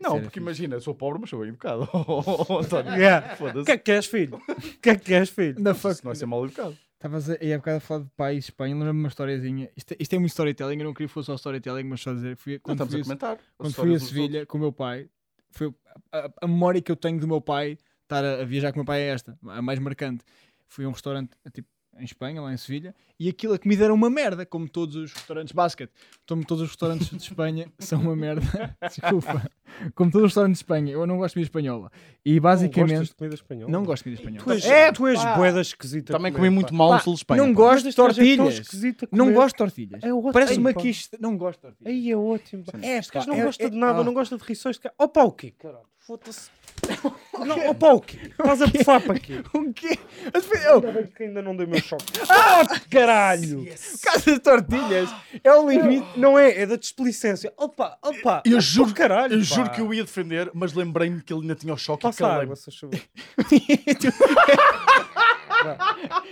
Não, era fixe. porque imagina, sou pobre, mas sou bem educado. António, Yeah. O que foda-se. é que queres, filho? O que é que queres, filho? Da Isso fuck. não é ser mal educado. Estavas aí há bocado a falar de país, Espanha, lembro-me uma historiazinha. Isto, é- isto é muito storytelling, eu não queria que fosse só storytelling, mas só dizer que fui, Não quando, estamos fui, a a- comentar. quando As fui a histórias dos Sevilha com o meu pai, foi a, a- a memória que eu tenho do meu pai estar a, a viajar com o meu pai é esta, a mais marcante. Fui a um restaurante a, tipo, em Espanha, lá em Sevilha, e aquilo, a comida era uma merda, como todos os restaurantes basket. Como todos os restaurantes de Espanha são uma merda, desculpa. Como todos os restaurantes de Espanha, eu não gosto de comida espanhola. E Não gostas basicamente, de comida espanhola? não gosto de comida Tu espanhola. és, tu és boeda esquisita. outros. a É, Também comer, comi pá. muito mal Pá, no sul de Espanha. não pá. gosto de Mas este gajo é tão tortilhas. esquisito a Não comer. gosto de tortilhas. É ótimo, Parece uma pá. quiche. Não gosto de tortilhas. Aí é ótimo. pá. É, Este gajo pá, não é- gosta é- de nada, ah. não gosta de rissóis. de ca- Opa, o quê, caralho? Foda-se. Não, opa, o quê? Estás a bufar para quê? O quê? Mas foi- oh, Ainda bem que ainda não dei o meu choque. Ah, caralho! Casa de tortilhas é o limite. Não é, é da desplicência. Opa, opa. Eu juro- opa, caralho, Eu pá. juro que eu ia defender, mas lembrei-me que ele ainda tinha o choque e Passa calei-me. água, se achou.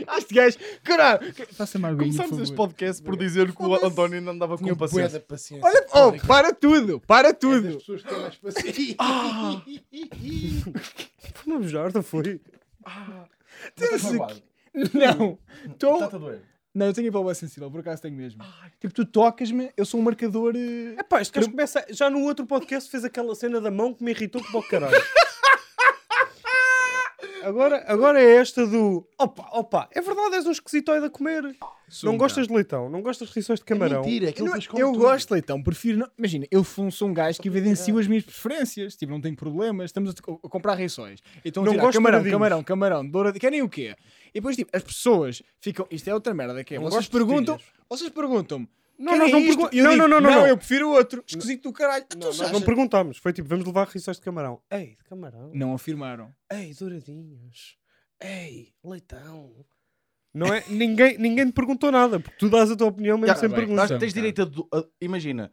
Ah, Este gajo, caralho. Faça-me aguinha, por Começámos favor. este podcast por dizer que o António ainda andava com Tinha paciência. bué da paciência. Olha, oh, para tudo, É para tudo. pessoas que têm mais paciência. Foi uma jorda, foi. tá Não, tô... Está a doer. não, eu tenho hipótese sensível, por acaso tenho mesmo. Tipo, tu tocas-me, eu sou um marcador. eh, É pá, este gajo começa. Já no outro podcast fez aquela cena da mão que me irritou que para o caralho. Agora, agora é esta do. Opa, opa, é verdade, és um esquisitoide a comer. não pá. gostas de leitão, não gostas de rissóis de camarão. É Mentira, aquilo Não, depois come eu tudo. gosto de leitão, prefiro. não- Imagina, eu fui um- sou um gajo que evidencio as minhas preferências. Tipo, não tenho problemas. Estamos a, co- a comprar reações. Então, Não tirar gosto de camarão, douradinhos. camarão, camarão, douradinho. Querem o quê? E depois, tipo, as pessoas ficam. Isto é outra merda que é. Não Vocês gosto de perguntam. tortilhas. Vocês perguntam-me. Não, "Querem nós não isto?" pergun- E eu não, digo, não, não, não, não. eu prefiro outro. Esquisito do caralho. Ah, tu Não, nós achas? não perguntámos. Foi tipo, vamos levar rissóis de camarão. Ei, de camarão. Não afirmaram. Ei, douradinhos. Ei, leitão. Não é? ninguém, ninguém te perguntou nada, porque tu dás a tua opinião mesmo Já, sem bem. perguntar. Nós tens direito a. du- a- Imagina,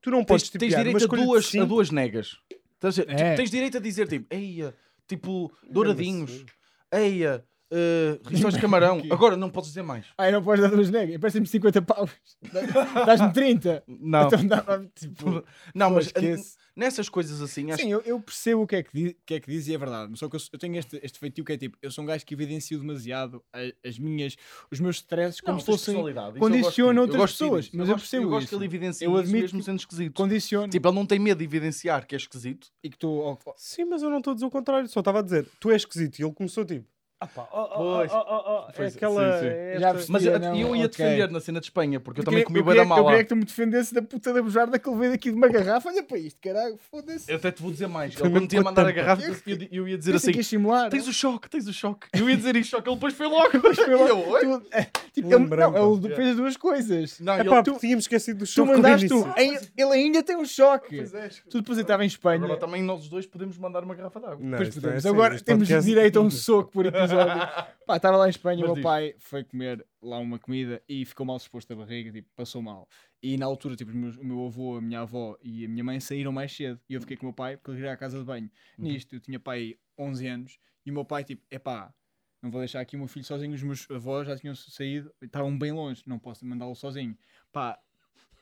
Tu não tens, podes tens tipiar, direito mas a escolhe duas, cinco. a duas negas. Estás a ver? É. Tipo, Tens direito a dizer tipo, eia, tipo, douradinhos, assim. eia, eh, rissóis de camarão. Agora não podes dizer mais. Ai, não podes dar duas negas. Parece-me 50 paus. Dá- Dás-me 30. Não, Então, dá, tipo, não mas eh, esquece. nessas coisas assim, acho Sim, eu, eu percebo o que, é que diz, o que é que diz e é verdade. Só que eu, sou- eu tenho este, este feitio que é tipo, eu sou um gajo que evidencio demasiado a- as minhas, os meus stresses como Não, se tens fossem. personalidade, isso eu condiciona gosto de ti, eu outras gosto de ti pessoas, disso, mas eu gosto- percebo Eu gosto isso. que ele evidencie Eu isso admito mesmo que- sendo esquisito. Condiciona. Tipo, ele não tem medo de evidenciar que é esquisito. e que tu. oh, oh, Sim, mas eu não estou a dizer o contrário, só estava a dizer, tu és esquisito. E ele começou tipo, ah pá, oh, oh, Pois. oh, oh, oh, é Pois, aquela. sim, sim. é Já esta- percebi. Mas Sim, eu, não, eu ia ok. defender na cena de Espanha, porque eu, queria- também comi eu bué da queria- Eu mala. queria que tu me defendesse da puta da bujarda que eu levei daqui de uma garrafa. Olha para isto, caralho, foda-se. Eu até te vou dizer mais. Foi Ele quando mesmo me tinha com a mandado a tampa. garrafa, eu, eu- eu ia dizer Pensei assim: que ia simular. Tens o choque, tens o choque. Eu ia dizer isto, só que ele depois foi logo. E eu, "Oi?" Tu- é, tipo, ele, Lembrei-me, não, ele pá. fez as duas coisas. Não, É ele- pá, tu... tínhamos esquecido do Tu show mandaste um. em- Ele ainda tem um choque. Pois é. Tu depois estava em Espanha. Agora também nós os dois podemos mandar uma garrafa d'água. Não, Pois isto podemos. é assim, Agora este temos podcast- direito a um soco por episódio. Pá, estava lá em Espanha, Mas o meu diz. pai foi comer lá uma comida e ficou mal disposto a barriga, tipo, passou mal. E na altura, tipo, os meus- o meu avô, a minha avó e a minha mãe saíram mais cedo e eu fiquei com o meu pai porque ele queria ir à casa de banho. Uhum. Nisto, eu tinha pai 11 anos e o meu pai, tipo, epá, não vou deixar aqui o meu filho sozinho, os meus avós já tinham saído, estavam bem longe, não posso mandá-lo sozinho. Pá,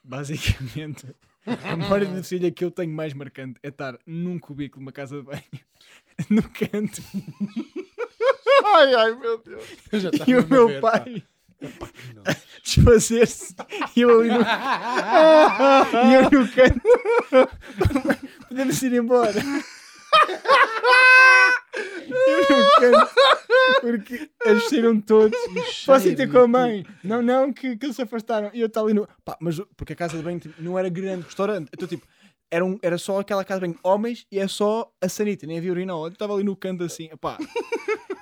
basicamente, a memória de filha que eu tenho mais marcante é estar num cubículo, numa casa de banho, no canto, Ai, ai, meu Deus. e o meu pai tipo assim, desfazer-se e eu ali no, e eu no canto Podemos ir embora. Eu não canto. Porque eles saíram todos. Posso ir ter com a mãe? Não, não, que, que eles se afastaram. E eu estava ali no. Pá, mas o- porque a casa de banho tipo, não era grande restaurante. Então, tipo, era, um- era só aquela casa de banho de homens e é só a sanita, nem havia urinal. Eu estava ali no canto assim, pá.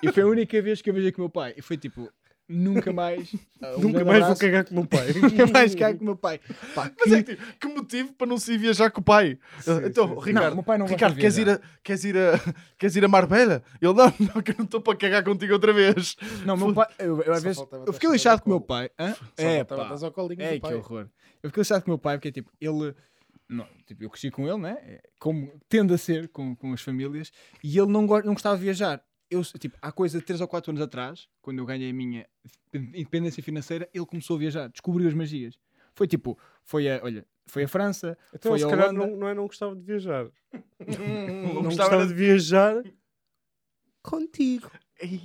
E foi a única vez que eu viajei com o meu pai. E foi tipo, nunca mais. ah, um Nunca grande mais vou abraço. cagar com o meu pai. Nunca mais cá com o meu pai. Pá, Mas é que, tipo, que motivo para não se ir viajar com o pai? Sim, então, sim, sim. Não, Ricardo, o meu pai não gosta Ricardo de queres, ir viajar. a, queres, ir a, queres ir a Marbella? Ele, não, não, que eu não estou para cagar contigo outra vez. Não, meu pai. Eu, eu às Só vezes. faltava Eu fiquei ter lixado com o chegado meu com- pai. hã? É, É, pá. pá. Estás ao colinho É, do pai. que horror. Eu fiquei lixado com o meu pai porque, tipo, ele. Não, tipo, eu cresci com ele, né? É, Como tende a ser com, com as famílias. E ele não, go- não gostava de viajar. Eu, tipo, há coisa de 3 ou 4 anos atrás, quando eu ganhei a minha independência financeira, ele começou a viajar. Descobriu as magias. Foi tipo. Foi a. Olha. Foi a França. Então, foi se a calhar, Holanda. não, não é não gostava de viajar. Não, Não gostava, de viajar contigo. Está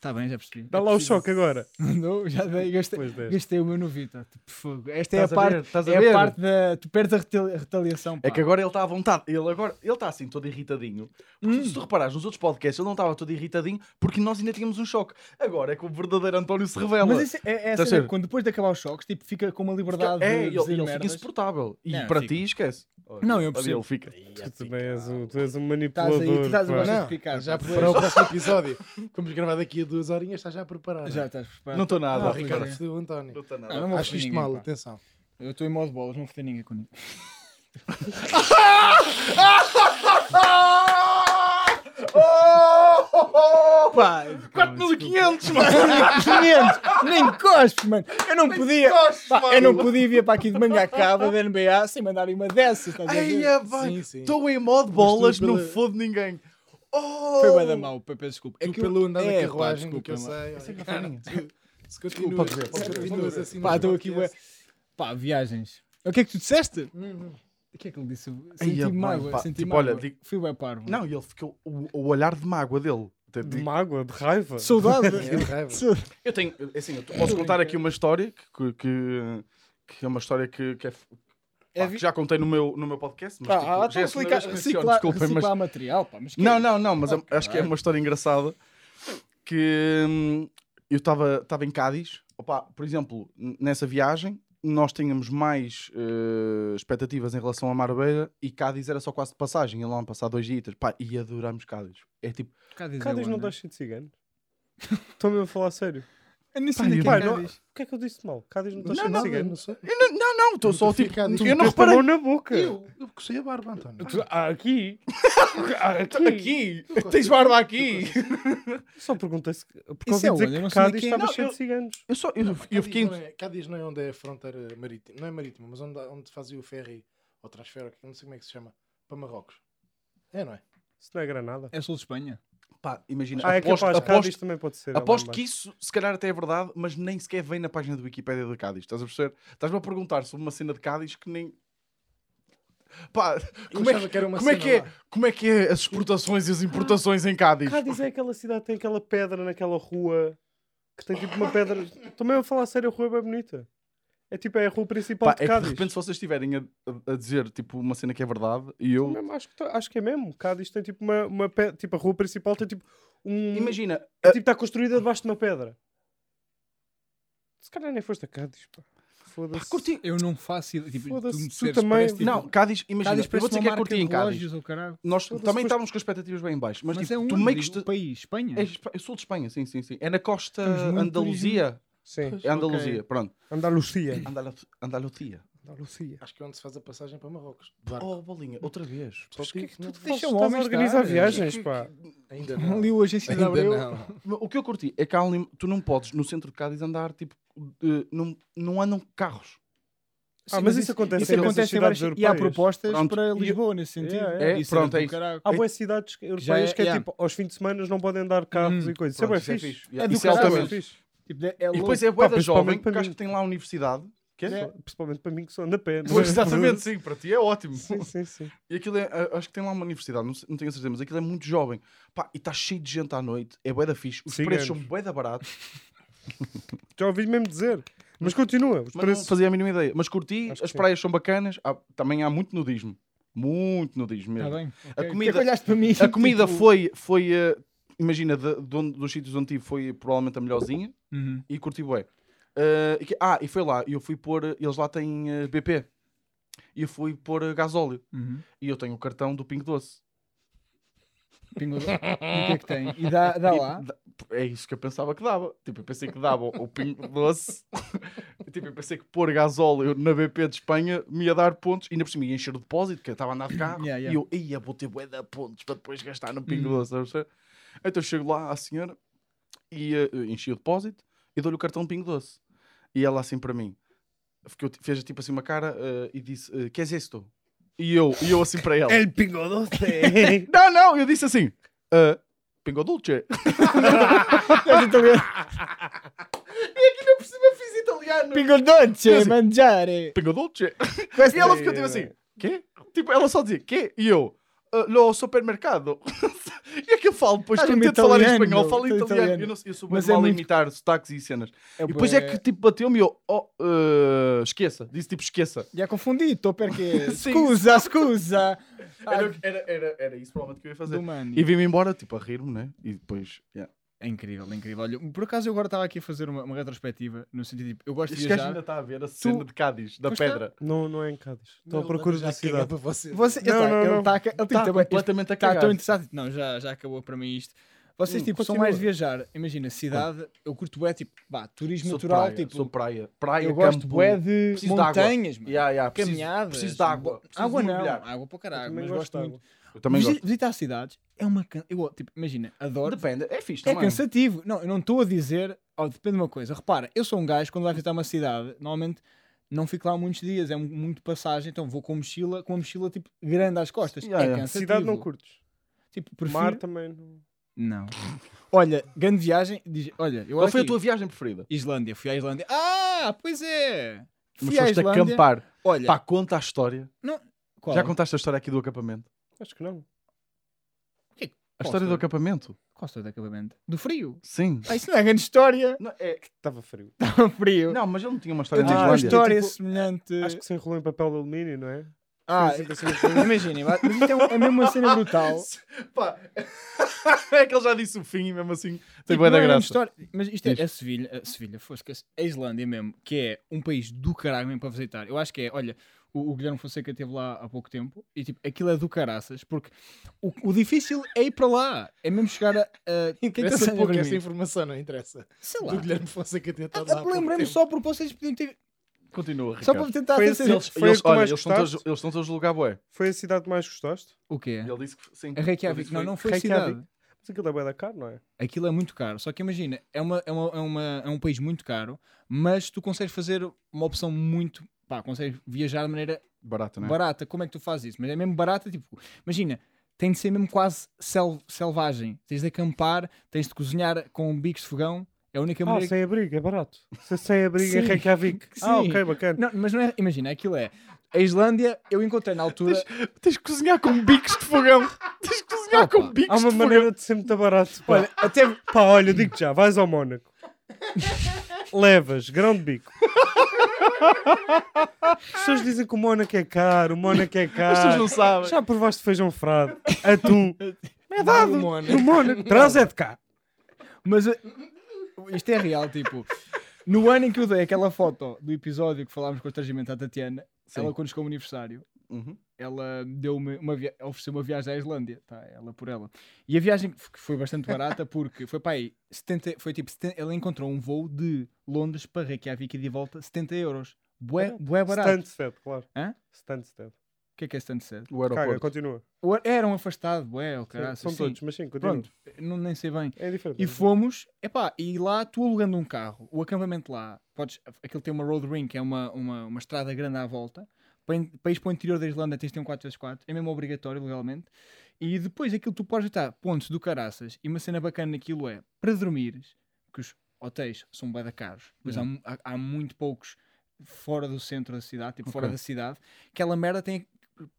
Tá bem, já percebi. Dá lá o choque agora. Não, já dei. Gastei, Depois deste. gastei o meu novita. Tipo, fogo. Esta é a Estás a parte. ver? Estás a É a ver? parte da. Tu perdes a retel- a retaliação. Pá. É que agora ele está à vontade. Ele agora ele está assim, todo irritadinho. Porque se tu reparares nos outros podcasts, ele não estava todo irritadinho porque nós ainda tínhamos um choque. Agora é que o verdadeiro António se revela. Mas isso é, é a Tá cena certo. que quando depois de acabar os choques, tipo, fica com uma liberdade Fica- é, de ele, dizer ele fica merdas. insuportável. E Não, para fica. ti, esquece. Olha, Não, eu olha, percebo. Ele fica. Tu também és um, tu és um manipulador. Estás aí, tu estás a pá. gostar de Não, ficar. já pá. preparou o próximo episódio. Vamos gravar daqui a duas horinhas, estás já a preparar. Já estás preparado. Não estou nada, Não, Ricardo, Ricardo. Ricardo. fodeu o Não António. estou Ah, nada. não vou Acho foder isto ninguém, mal, pá. atenção. Eu estou em modo bolas, não fui ninguém com ninguém. Ah! Pá, 4500, mano! 500! Nem cospes, mano! Eu não podia. cospes, pá, mano. eu não podia vir para aqui de manhã à cava da NBA sem mandar uma dessas. Estás a ver? Ai, é, vai! Sim, sim. Estou em modo bolas, pela- não fodo ninguém. Oh! Foi bem da mau, pe- peço desculpa. É Tu que pelo andar da é, pá, carruagem do desculpa, que eu mano. sei. olha, Foi minha. Se continuas se Roberto. continuas assim. Pá, no estou aqui, ué. podcast, Pá, viagens. O que é que tu disseste? O que é que ele disse? Senti Ai, mágoa, bem, pá, senti tipo, mágoa. olha, digo- Fui bem parvo. Oh! Não, e ele ficou. O, o olhar de mágoa dele. De mágoa, de raiva. Saudade. é de raiva. Saudade. Eu tenho. Assim, eu posso contar aqui uma história que. que, que é uma história que, que é. É pá, vi- que já contei no meu, no meu podcast, mas Pá, tipo, ah, já é então a segunda clica- vez que menciono, reciclar, desculpem, mas- reciclar material, pá, mas que- Não, não, não, mas Ah, é- acho que é caralho. uma história engraçada que hum, eu estava em Cádiz. Opa, por exemplo, n- nessa viagem nós tínhamos mais eh, expectativas em relação a Marbella e Cádiz era só quase de passagem. Ia lá passar dois dias pá, e adorámos Cádiz. É tipo, Cádiz, é Cádiz não onde? está cheio de ciganos. Estou mesmo a falar sério. Eu nem sei Pá, onde é que é Pá, não- Cádiz. O que é que eu disse de mal? Cádiz não está Não, cheio de não, ciganos. Não sei. eu não, não, não, estou Tu só fica- tipo, tu eu não Meteste a reparei. mão na boca. Eu, eu cocei a barba, António. Tu- ah, aqui? Ah, aqui? Aqui, tens barba Então, aqui. Só perguntei se. Porque Isso ouvi é dizer onde? Eu que não sei Cádiz onde é que é. estava Não, cheio eu- de ciganos. Eu só, eu, eu Cádiz fiquei. não é- Cádiz não é onde é a fronteira marítima, não é marítima, mas onde, onde fazia o ferry ou transfera, que eu não sei como é que se chama, para Marrocos. É, não é? Isso não é Granada. É sul de Espanha. Pá, imagina, Ah, é aposto, capaz. aposto, Cádiz também pode ser. é lá Aposto que embaixo. isso, se calhar, até é verdade, mas nem sequer vem na página do Wikipédia de Cádiz. Estás a perceber? Estás-me a perguntar sobre uma cena de Cádiz que nem. Pá, como é achava que, que era uma como é cena que é, lá. como é que é as exportações e as importações em Cádiz? Cádiz é aquela cidade que tem aquela pedra naquela rua que tem tipo uma pedra. Também a falar sério, a rua é bem bonita. É tipo é a rua principal Pá, é de que de Cádiz. repente, se vocês estiverem a, a- a dizer tipo uma cena que é verdade, e eu. Mesmo, acho, que tá- acho que é mesmo. Cádiz tem tipo uma, uma pe- tipo a rua principal tem tipo um. Imagina, é, tipo está construída debaixo de uma pedra. Se calhar nem foste a Cádiz, pá. pá, Foda-se. curti. Eu não faço ideia. Tipo, Foda-se, me tu disseres, também- parece, tipo, Não, Cádiz, imagina, Cádiz eu vou parece dizer uma que é marca curti de em Cádiz. relógios ou caralho. Nós Foda-se, também foste- estávamos com expectativas bem em baixo, mas, Mas tipo, é tu onde? meio que. Digo, esta- o país, Espanha? É, Espa- eu sou de Espanha, sim, sim, sim. É na costa Temos muito Andaluzia. Sim. É Andaluzia, pronto. Andalucia. É Andalu- Andalucia. Andalucia. Acho que é onde se faz a passagem para Marrocos. Barco. Oh, bolinha, outra vez. Só que é que digo, tu não- Deixa Deixa o estás a homem estar. organizar viagens, pá. Ainda não. Ali o agência é de Ainda Abreu. não. Mas O que eu curti é que há um lim- tu não podes no centro de Cádiz andar tipo. de- não, não andam carros. Ah, Sim, mas isso acontece isso em imensas acontece em cidades várias- E há europeias. propostas Pronto. para E- Lisboa nesse sentido. Yeah, yeah. É, Isso era pronto, do é isso. caralho. Há boas cidades europeias que é yeah. tipo, aos fins de semana não podem andar carros Hum, e coisas. Isso é bem Pronto, fixe. Yeah, É do isso é caralho. altamente. É fixe. Tipo, é- é E louco. depois é boa Pá, da jovem, principalmente para porque acho mim. que tem lá a universidade. Que é? Só- Principalmente para mim que sou anda pé. não Pois, é? exatamente, sim, para ti é ótimo. Sim, sim, sim. E aquilo é, a- acho que tem lá uma universidade, não, sei- não tenho certeza, mas aquilo é muito jovem. Pá, e está cheio de gente à noite, é bué da fixe, os Sim, preços anos. são bué da baratos, Já ouvi mesmo dizer. Mas continua. Os mas não preços. fazia a mínima ideia. Mas curti, Acho que as sim. praias são bacanas, há- também há muito nudismo. Muito nudismo Está mesmo. Tá bem? ok. comida- Por que é que olhaste para mim? A comida Tipo, foi, foi eh, imagina, de, de onde- dos sítios onde tive, foi provavelmente a melhorzinha Uhum. e curti bué. Eh, e que- ah, e foi lá, e eu fui pôr, eh, eles lá têm eh, BP, e eu fui pôr eh, gasóleo, Uhum. e eu tenho o cartão do Pingo Doce. Pingo- e o que é que tem? E dá, dá E lá. dá- É isso que eu pensava que dava. Tipo, eu pensei que dava o Pingo Doce, tipo, eu pensei que pôr gasóleo na BP de Espanha me ia dar pontos, e ainda por cima ia encher o depósito, que eu estava a andar de carro, Yeah, e yeah. eu, ia vou ter bué de pontos para depois gastar no Pingo Uhum. Doce, estás a perceber? Então eu chego lá à senhora e eh, enchi o depósito e dou-lhe o cartão Pingo Doce. E ela assim para mim ficou, fez tipo assim uma cara eh, e disse: eh, Que é isto? E eu, e eu assim para ela: El pingo doce! Não, não! Eu disse assim: "Eh, Pingo Dulce. Eu por cima fiz italiano. Pingo doce, Assim. mangiare. Pingo Dulce. E ela ficou tipo assim: Quê? Tipo, ela só dizia: Quê? E eu: "Eh, Lo supermercado. e é que eu falo, depois Estás tu mesmo tento falar em um italiano, espanhol, falo estás italiano. italiano. Eu, não, sei- eu sou bem Mas mal é a muito- imitar sotaques e cenas. É E depois é que tipo bateu-me e eu, oh, eh, esqueça, disse tipo esqueça. Já confundi, estou porque. Sim. Scusa, scusa. Ah, Era, era, era, era isso provavelmente que eu ia fazer. Do Mandy. E vim-me embora, tipo, a rir-me, né? E depois. Yeah. É incrível, é incrível. Olha, por acaso eu agora estava aqui a fazer uma, uma retrospectiva, no sentido tipo, eu gosto de Este gajo ainda viajar. está a ver a cena de Cádiz, da Pois está. pedra. Não, não é em Cádiz. Estou à Não, procura já da caguei cidade. Para você. Você, Não, ele tá- não, ele não. tá a ca- ele Está tipo, também- completamente a Está cagar. tão interessado. Não, já, já acabou para mim isto. Vocês, Hum, tipo, são continua. mais de viajar. Imagina, cidade, eu curto bué, tipo, vá, turismo Sou de natural, praia, tipo, sou de praia. Praia, eu gosto campo. bué de Preciso de água. montanhas, mano, Yeah, yeah, preciso- caminhadas. Preciso de água. bo- preciso água de não, mergulhar. água para Eu caralho, também mas gosto gosto de água. muito. Eu também Visi- gosto. Visitar cidades é uma... can- Eu, tipo, imagina, adoro. Depende, é fixe É também. cansativo. Não, eu não estou a dizer. Oh, depende de uma coisa. Repara, eu sou um gajo quando vai visitar uma cidade, normalmente não fico lá muitos dias, é mu- muito passagem, então vou com mochila, com uma mochila tipo grande às costas. Yeah, é yeah. cansativo. Cidade não curtes. Tipo, prefiro... Mar também não. Não. Olha, grande viagem. diz- Olha, eu Qual é olho foi a aqui. tua viagem preferida? Islândia, fui à Islândia. Ah, pois é! Mas Fui à foste Islândia. acampar. Olha, Pá, conta a história. qual? Já contaste a história aqui do acampamento? Acho que não. A história do acampamento? Qual história do acabamento? Do frio. Sim. Ah, isso não é grande história. Não, é- Estava frio. Do frio. não, mas ele não tinha uma história Eu na tive Ah, uma Islândia. história Tipo, semelhante. Acho que se enrolou em papel de alumínio, não é? Ah, Foi sempre assim. imaginem, mas isto é, um- é mesmo uma cena brutal. Pá. é que ele já disse o fim e mesmo assim tem Tipo, boa não da é mesmo graça. história. Mas isto é, Diz. é Sevilha, a Sevilha, fosca, a Islândia mesmo, que é um país do caralho mesmo para visitar. Eu acho que é, olha, o, o Guilherme Fonseca esteve lá há pouco tempo e tipo, aquilo é do caraças, porque o, o difícil é ir para lá, é mesmo chegar a. a quem está Interessa a pouco ver essa mim? informação, não interessa. Sei Do é? lá. Guilherme Fonseca ter estado lá. há Ah, pouco Lembrei-me tempo. só porque vocês podiam ter. Continua, Ricardo. Só para tentar Foi ter esse- sido- Eles, Foi eles- esse que olha, mais eles estão todos, gostaste? eles estão todos a julgar bué. Foi a cidade que mais gostaste? O que é? Ele disse que é sim. A Reykjavik, não, não foi Reykjavik. cidade. Mas aquilo é bué da caro, não é? aquilo é muito caro. Só que imagina, é, uma, é, uma, é, uma- é um país muito caro, mas tu consegues fazer uma opção muito. Pá, consegues viajar de maneira Barato, não é? barata. Como é que tu fazes isso? Mas é mesmo barata, tipo, imagina, tem de ser mesmo quase sel- selvagem. Tens de acampar, tens de cozinhar com bicos de fogão. É a única Ah, maneira. que- sem abrigo, é barato. Se é sem abrigo é Sim. Reykjavik. Ah, Sim. ok, bacana. Não, mas não é. Imagina, aquilo é. A Islândia, eu encontrei na altura. Tens que cozinhar com bicos de fogão. Tens que cozinhar Opa, com bicos Há uma de maneira de ser muito barato. Pá, Olha, olha, até. pá, olha digo-te já, vais ao Mónaco. Levas, grão de bico. As pessoas dizem que o Mónaco é caro, o Mónaco é As pessoas Ah, caro. não sabem. Já provaste feijão frado, atum. É dado. No No Mónaco. Mónaco. Traz é de cá. Mas uh, isto é real, tipo. No ano em que eu dei aquela foto do episódio que falámos com o constrangimento à Tatiana, Sim. ela quando chegou ao aniversário, Uhum. ela deu-me uma via- ofereceu uma viagem à Islândia, tá, ela por ela. E a viagem f- que foi bastante barata porque foi para aí, 70, foi tipo, 70 ela encontrou um voo de Londres para Reykjavik e de volta 70 euros. Bué, bué É barato. Stansted, claro. Hã? Stansted. O que é que é Stansted? O Caga, aeroporto. continua. Ou Era um afastado, bué, o caraças. São sim. todos, mas sim, continua. Pronto, não, nem sei bem. É diferente. E fomos, epá, e lá tu alugando um carro, o acampamento lá, podes, aquilo tem uma road ring, que é uma, uma, uma estrada grande à volta, para, in- para ir para o interior da Islândia tens de ter um 4x4, é mesmo obrigatório legalmente, e depois aquilo tu podes estar pontos do caraças, e uma cena bacana naquilo é, para dormires, que os hotéis são bué da caros, pois há mu- há, há muito poucos fora do centro da cidade, tipo fora Ok. da cidade, aquela merda tem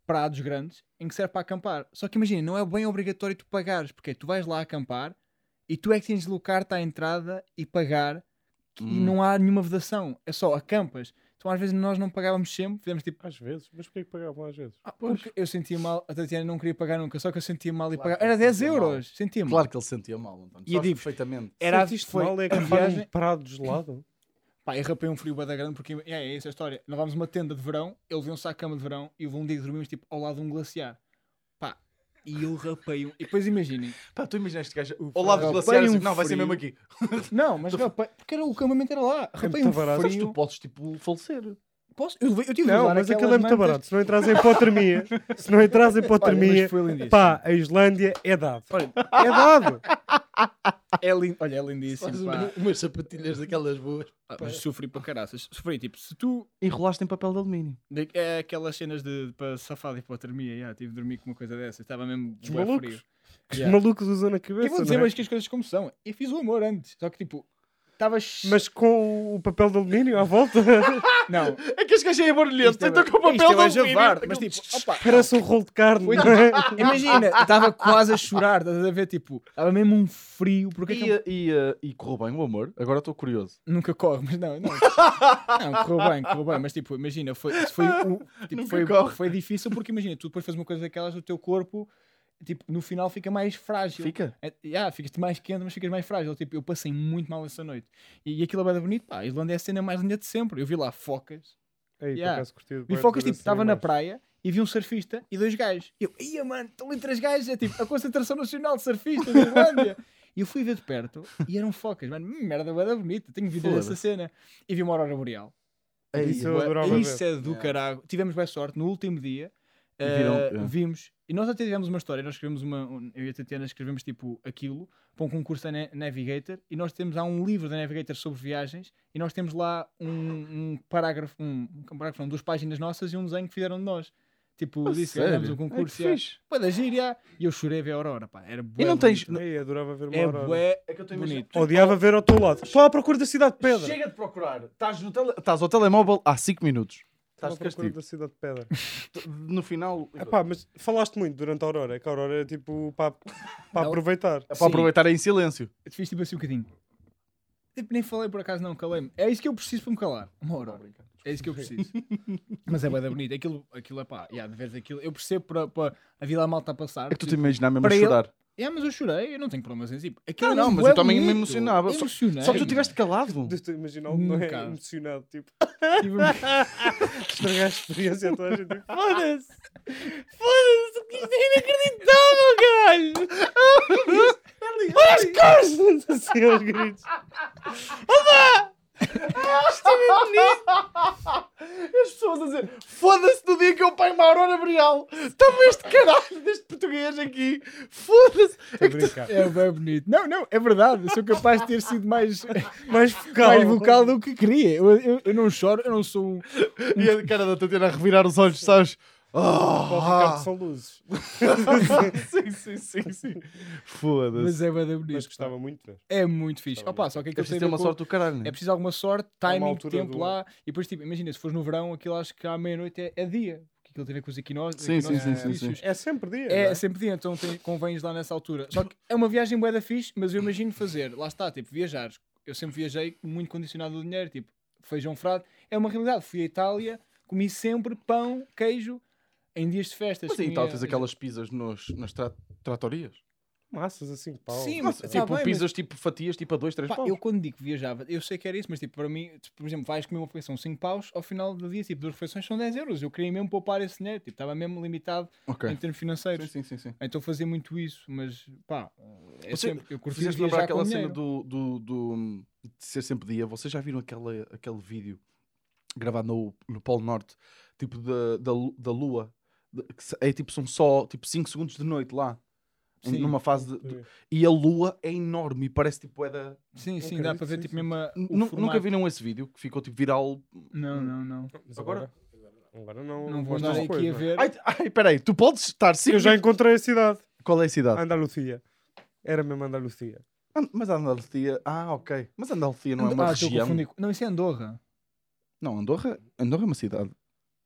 prados grandes em que serve para acampar. Só que imagina, não é bem obrigatório tu pagares, porque tu vais lá acampar e tu é que tens de deslocar-te à entrada e pagar e Hum. não há nenhuma vedação, é só acampas. Tu Então às vezes nós não pagávamos sempre, fizemos tipo. Às vezes, mas porquê que pagavam às vezes? "Ah, porque eu sentia mal, a Tatiana não queria pagar nunca, só que eu sentia mal e Claro pagava. que Era ele 10 sentia mal. euros, sentia mal. Claro que ele se sentia mal, António. E Sabes digo- perfeitamente. Era Sentiste foi mal é a que viagem... viagem. um prado de gelado. Pá, e rapei um frio bada grande porque é, é essa a história. Nós vamos uma tenda de verão, ele veio-se à cama de verão e houve um dia que dormimos tipo ao lado de um glaciar. Pá, e eu rapei um. E depois imaginem. Pá, tu imaginas este gajo ao lado do Rapei glaciar um assim, não, vai ser frio. mesmo aqui. Não, mas rapei. Porque era, o acampamento era lá. Rapei um muito barato. Mas tu frio. podes, tipo, falecer. Posso? Eu, levei- eu tive de Não, levar mas aquilo aquelas é muito mantas. barato. Se não entrares em hipotermia, se não entrares em Olha, mas hipotermia, foi lindíssimo. pá, a Islândia é dado. Olha, É dado. é lindo. Olha, é Faz lindíssimo. Pá. um- umas sapatilhas daquelas boas. Ah, Mas sofri para caraças. Sofri tipo, se tu. Enrolaste em papel de alumínio. de- É aquelas cenas de, de para safar de hipotermia. já, tive de dormir com uma coisa dessa. Estava mesmo. Os bué malucos. frio. Que os Yeah. malucos usam na Eu cabeça. vou né? dizer, não é? mas que as coisas como são. Eu fiz o amor antes. Só que tipo. Estava Mas com o papel de alumínio à volta, Não, É que este gajo é barulhento, Isto é então bem- com o isto papel é de bem alumínio. javarde, aquilo- mas tipo, opa, parece um rolo de carne. Foi não é? imagina, estava quase a chorar, estás a ver? Tipo, estava mesmo um frio, porque E, aquilo uh, e, uh, e correu bem o amor? Agora estou curioso. nunca corre, mas não, não. Não, correu bem, correu bem, mas tipo, imagina, foi, isso foi, o- tipo, Nunca foi, corre. foi difícil porque imagina, tu depois fazes uma coisa daquelas, o teu corpo, tipo, no final fica mais frágil. Fica? É, yeah, ficas-te mais quente, mas ficas mais frágil. Tipo, eu passei muito mal essa noite. E, e aquilo é bem bonito, pá, a Islândia é a cena mais linda de sempre. Eu vi lá focas, Ei, por Yeah. acaso curti Vi bué assim, focas, de ver tipo, estava na animais. praia e vi um surfista e dois gajos. E eu, ia mano, estão ali três gajos, é tipo a concentração nacional de surfistas da Islândia. E eu fui ver de perto e eram focas, mano, hum, merda, merda bonita, tenho vídeo Foda-se. dessa cena. E vi uma aurora boreal. Ei, Isso eu Bué- adorava Isso ver. é do Yeah. caralho. Tivemos boa sorte, no último dia, eh, Viram, yeah. vimos, e nós até tivemos uma história, nós escrevemos uma, um- eu e a Tatiana escrevemos tipo aquilo, para um concurso da Na- Navigator, e nós temos, há um livro da Navigator sobre viagens, e nós temos lá um, um parágrafo, um, um parágrafo, não, duas páginas nossas e um desenho que fizeram de nós. Tipo, A disse, Ah, sério? ganhamos um Ai, que concurso, é, fixe. pô, da gíria, e eu chorei a ver a Aurora, pá, era bué E não tens- bonito. Ei, adorava ver uma É aurora. bué É que eu bonito. Odiava ver ao teu lado. Estou à procura da cidade de pedra. Chega de procurar. Estás, no tele... Estás ao telemóvel há 5 minutos. Estou Estás à de procura castigo. da cidade de pedra. No final. Ah pá, mas falaste muito durante a aurora. é Que a aurora é tipo para Não. aproveitar. É sim. para aproveitar em silêncio. Eu te fiz tipo assim um bocadinho. Tipo, nem falei por acaso, não, calei-me. É isso que eu preciso para me calar. Uma hora. É isso que eu preciso. Mas é bem bonito. Aquilo, aquilo é pá, yeah, de veres aquilo. Eu percebo para, para a vida mal está a passar. É que tu te imaginas mesmo a Para ele- chorar. É, mas eu chorei, eu não tenho problemas em si. Aquilo Não, não, é mas bué um eu também me bonito. emocionava. Só- Emocionei. Só que tu tiveste calado. Estou a imaginar algo não é Nunca. emocionado. Tipo, Tive- estragar a experiência a toda a gente. tipo, Foda-se. é Foda-se. Isto é inacreditável, caralho. As costas. Assim, aos gritos. As pessoas a dizer: foda-se do dia que eu pai uma aurora boreal. Estava este caralho deste português aqui. Foda-se. Estou a brincar. É bem bonito. Não, não, é verdade. Eu sou capaz de ter sido mais, Mais vocal. mais vocal do que queria. Eu, eu, eu não choro, eu não sou um. E a cara da Tatiana a revirar os olhos, sabes? Para o Ah, Ricardo são luzes. sim, sim, sim, sim. Foda-se. Mas é bem bonito. Mas gostava muito de ver. É muito fixe. Opa, só que É aquilo tem preciso ter a ver uma com- sorte do caralho, né? É preciso alguma sorte, Há uma timing, altura tempo do lá. E depois, tipo, imagina, se fores no verão, aquilo acho que à meia-noite é, é dia. Porque aquilo tem a ver com os equinócios. Sim, sim, equinócios, sim, sim, sim. solstícios. É sempre dia. não É, sempre dia, então tem, convens lá nessa altura. Só que é uma viagem bué da fixe, mas eu imagino fazer, lá está, tipo, viajar. Eu sempre viajei muito condicionado ao dinheiro, tipo, feijão frado. É uma realidade. Fui à Itália, comi sempre pão, queijo, em dias de festas. Mas aí comia- tal, tens aquelas pizzas nos, nas tra tratorias. Massas assim, pau. Sim, Mas, mas- tipo, tá bem, mas- pizzas, tipo fatias, tipo a 2, 3 Pá, paus. eu quando digo que viajava, eu sei que era isso, mas tipo, para mim, tu, por exemplo, vais comer uma refeição 5 paus, ao final do dia, tipo, duas refeições são 10 euros. Eu queria mesmo poupar esse dinheiro, tipo, estava mesmo limitado em Ok. termos financeiros. Sim, sim, sim. sim. Então fazia muito isso, mas pá, é Você- sempre, eu curti Fizeste lembrar viajar com aquela cena dinheiro. do, do, do- de ser sempre dia. Vocês já viram aquele, aquele vídeo gravado no, no Polo Norte, tipo da, da, lu- da Lua? de- que se- é tipo, são só tipo 5 segundos de noite lá. em- Sim. numa fase de- de- E a Lua é enorme e parece tipo é da. Sim, sim, Ok, dá para ver sim, tipo sim. mesmo a, o Nu- Nunca formato. viram esse vídeo que ficou tipo viral. Não, não, não. Mas Agora- agora? Agora não. Não vou mas andar não aqui foi, a não é? ver. Ai, ai, peraí, tu podes estar Eu cinco já minutos- encontrei a cidade. Qual é a cidade? Andalucia. Era mesmo Andalucia. An- Mas a Andalucia. Ah, ok. Mas a Andalucia não é Ando- uma ah, estou a região. confundir com- Não, isso é Andorra. Não, Andorra, Andorra é uma cidade.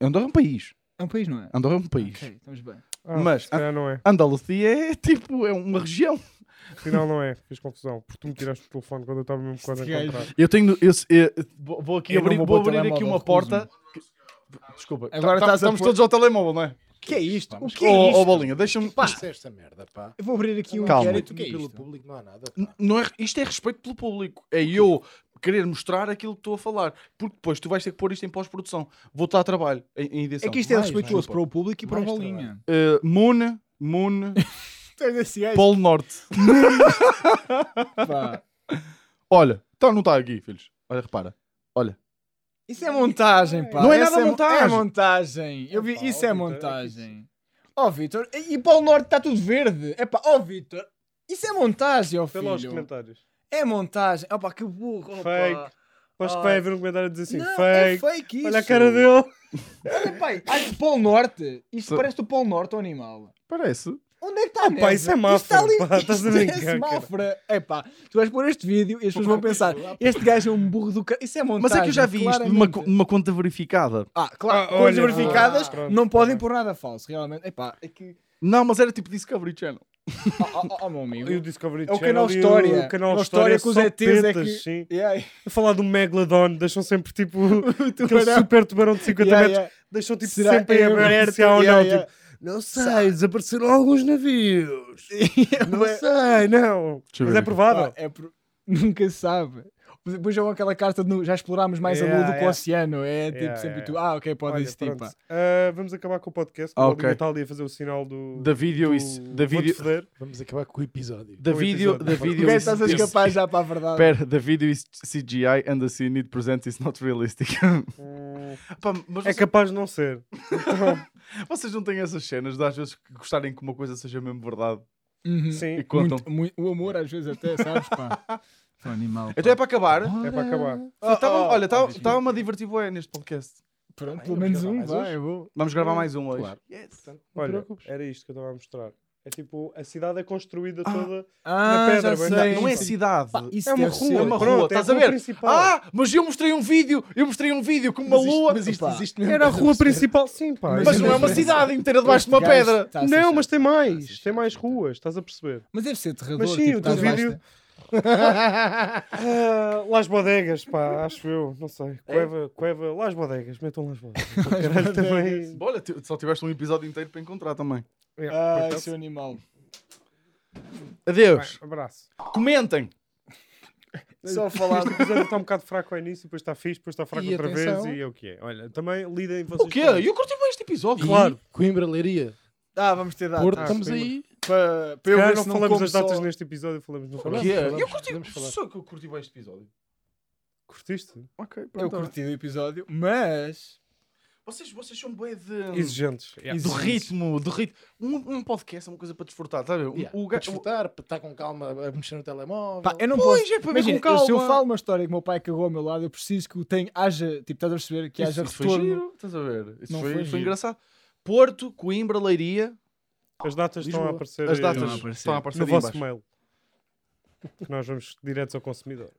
Andorra é um país. É um país, não é? Andorra é um país. Ok, estamos bem. Ah, Mas- Se calhar não é. Andalucia é tipo, é uma região. Afinal, não é. Fiz confusão. Porque tu me tiraste o telefone quando eu estava mesmo quase a Este gajo. encontrar. Eu tenho. é, eu- eu- vou vou aqui Eu não abrir, vou vou para o abrir aqui telemóvel, uma porta. que- Desculpa. Agora tá- estás a estamos pôr- todos ao telemóvel, não é? O que é isto? O Vamos. que é Ó, ó, isto? bolinha, deixa-me. Pá, isto é esta merda, pá. Eu vou abrir aqui um Calma. inquérito. O que é pelo isto? público não há nada. N- Pá. Não é, isto é respeito pelo público. É eu querer mostrar aquilo que estou a falar. Porque depois tu vais ter que pôr isto em pós-produção. Vou estar a trabalho em, em É edição. que isto é Mais, respeitoso desculpa. para o público e para o Mais bolinha. Eh, Moon, Moon, Tu és esse gajo, Polo Norte. pá. Olha, tá, não está aqui, filhos. Olha, repara. Isso é montagem, pá. Não é Essa nada mo- montagem. É montagem. Eu vi, Epá, isso ó, é Vitor, é que montagem. Ó, Vitor, e para o norte está tudo verde. É pá, ó, Vitor. Isso é montagem, ó Até lá os filho. comentários. É montagem. Ó pá, que burro. ó, pá. Fake. Acho que Ai. vai haver um comentário a dizer assim: Não, é fake. fake isso. Olha a cara dele. Olha, pai. Ai, Polo Norte. Isto Só- parece do Polo Norte, o animal. Parece. Onde é que está a pá, merda? isso Isto está é Mafra, ali- pá, estás isto a é brincar, cara. Mafra. É pá, tu vais pôr este vídeo e as pessoas vão pensar este gajo é um burro do cara. Isso é montagem, Mas é que eu já vi isto numa, claramente. co- numa conta verificada. Ah, claro, Ah, coisas olha, verificadas ah, pronto, não tá podem bem. pôr nada falso, realmente. Epá, é que. Não, mas era tipo Discovery Channel. Oh, oh, oh, meu amigo. E o Discovery É o Channel canal e História. O canal Canal História, História com os só ETs é que- petas, sim. Yeah, yeah. A falar do Megalodon, deixam sempre tipo aquele tubarão. super tubarão de 50 Yeah, metros, yeah. deixam tipo Será sempre que em é aberto se verdade? há ou não. Yeah, yeah. Tipo, não sei, desapareceram alguns navios. Não Ué, sei, não. Deixa eu Mas ver aqui. é pá, provável. é pro- Nunca se sabe. Depois jogam aquela carta de já explorámos mais a Yeah, lua do que o yeah. oceano. É tipo Yeah, sempre yeah, tu. Ah, ok, pode Olha, existir. pronto. Pá. Ah, vamos acabar com o podcast. Ah, o ok. Bolinha está ali a fazer o sinal do. Da vídeo. isso- do- Da vou-te vídeo. foder. Vamos acabar com o episódio. Da o vídeo. episódio. Da O O vídeo. gajo estás a is- is- escapar já para a verdade. Pera, the video is CGI and the scene it presents is not realistic. Hum, Pá, mas É vocês, capaz de não ser. vocês não têm essas cenas de às vezes que gostarem que uma coisa seja mesmo verdade Uhum. Sim. e contam. Muito- muito- o amor às vezes até, sabes, pá. Foi um animal. pá. Então é para acabar. É para acabar. Ah, tava- oh, olha, oh, estava-me a divertir bué neste podcast. Pronto, Ah, pelo eu menos vou um, gravar mais vai, eu vou. Vamos gravar mais um hoje. Claro. Yes. Olha, preocupes. era isto que eu estava a mostrar. É tipo, a cidade é construída Ah. toda. Ah, pedra, já bem, sei. Não, não é pá. cidade. Pá, isso É uma deve ser- rua, É uma Pronto, rua, é a estás a rua ver? principal. Ah, mas eu mostrei um vídeo, eu mostrei um vídeo com uma Mas isto- lua. Mas isto Pá. existe mesmo. Era a estás rua perceber? principal, sim, pá. Mas Mas não é uma Tá, Mas- cidade inteira debaixo de uma Este gajo pedra. está a ser Não, chato. mas tem Tá a ser mais. Tem chato, mais tá. ruas, estás a perceber? Mas deve ser aterrador. Mas sim, tipo, o estás teu lá, vídeo- está- Ah, Las Bodegas, pá, acho eu, não sei. É? Cueva, Cueva, Las Bodegas, metam Las Bodegas. Caralho, também. Olha, tu- só tiveste um episódio inteiro para encontrar também. É, por Ai, acaso- seu animal. Adeus. Vai, é um abraço. Comentem. Só falar. Este episódio está um bocado fraco ao início, depois está fixe, depois está fraco E outra atenção. vez e é o que é. Olha, também lidem vocês. O quê? com isso. Eu curti bem este episódio. Claro. Coimbra, Leiria. Ah, vamos ter dado. Porto, tá, estamos Coimbra. aí. Para, para Se eu calhar ver não se não falamos como das datas só... neste episódio, falamos no O final. quê? falamos, Eu curti, podemos falar. só que eu curti bem este episódio. Curtiste? Ok, pronto. Eu curti o episódio, mas. Vocês, vocês são bem de... Exigentes. Yeah. Do Exigentes. ritmo, do ritmo. Um, um podcast é uma coisa para desfrutar, sabe? Um, Yeah. o Para ga- o- desfrutar, para estar com calma a mexer no telemóvel. Pá, eu não Pois, posso. é para ver Imagina, com eu- se eu calma. falo uma história que o meu pai cagou ao meu lado, eu preciso que o tenha, haja, tipo, estás a perceber, que haja Isso, isso foi retorno. giro, estás a ver? Isso Não foi, foi foi giro. engraçado. Porto, Coimbra, Leiria, As datas estão a Lisboa. aparecer as aí datas Estão a aparecer. estão a aparecer no aí vosso embaixo. mail. Que nós vamos diretos ao consumidor.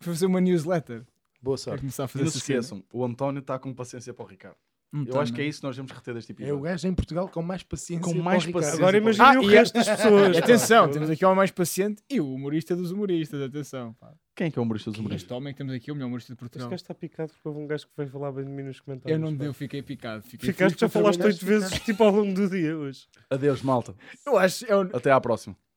Foi fazer uma newsletter. Boa Para sorte. começar a fazer E não se essa cena. esqueçam, o António está com paciência para o Ricardo. Então, Eu acho que é não. isso que nós vamos reter deste É o episódio. gajo em Portugal com mais paciência. Com para o mais Ricardo. paciência. Agora Sim, sim, imaginem Ah, o e a- resto das pessoas. E pá. atenção, temos aqui o homem mais paciente e o humorista dos humoristas, atenção. Pá. Quem é que é o humorista dos humoristas? Este homem que temos aqui é o melhor humorista de Este Portugal. gajo está picado porque houve um gajo que veio falar bem de mim nos comentários. Eu não pá. deu, fiquei picado. Fiquei Ficaste, feliz já por ter falaste um gajo oito vezes tipo ao longo do dia hoje. Adeus, malta. Eu acho, é o- Até à próxima.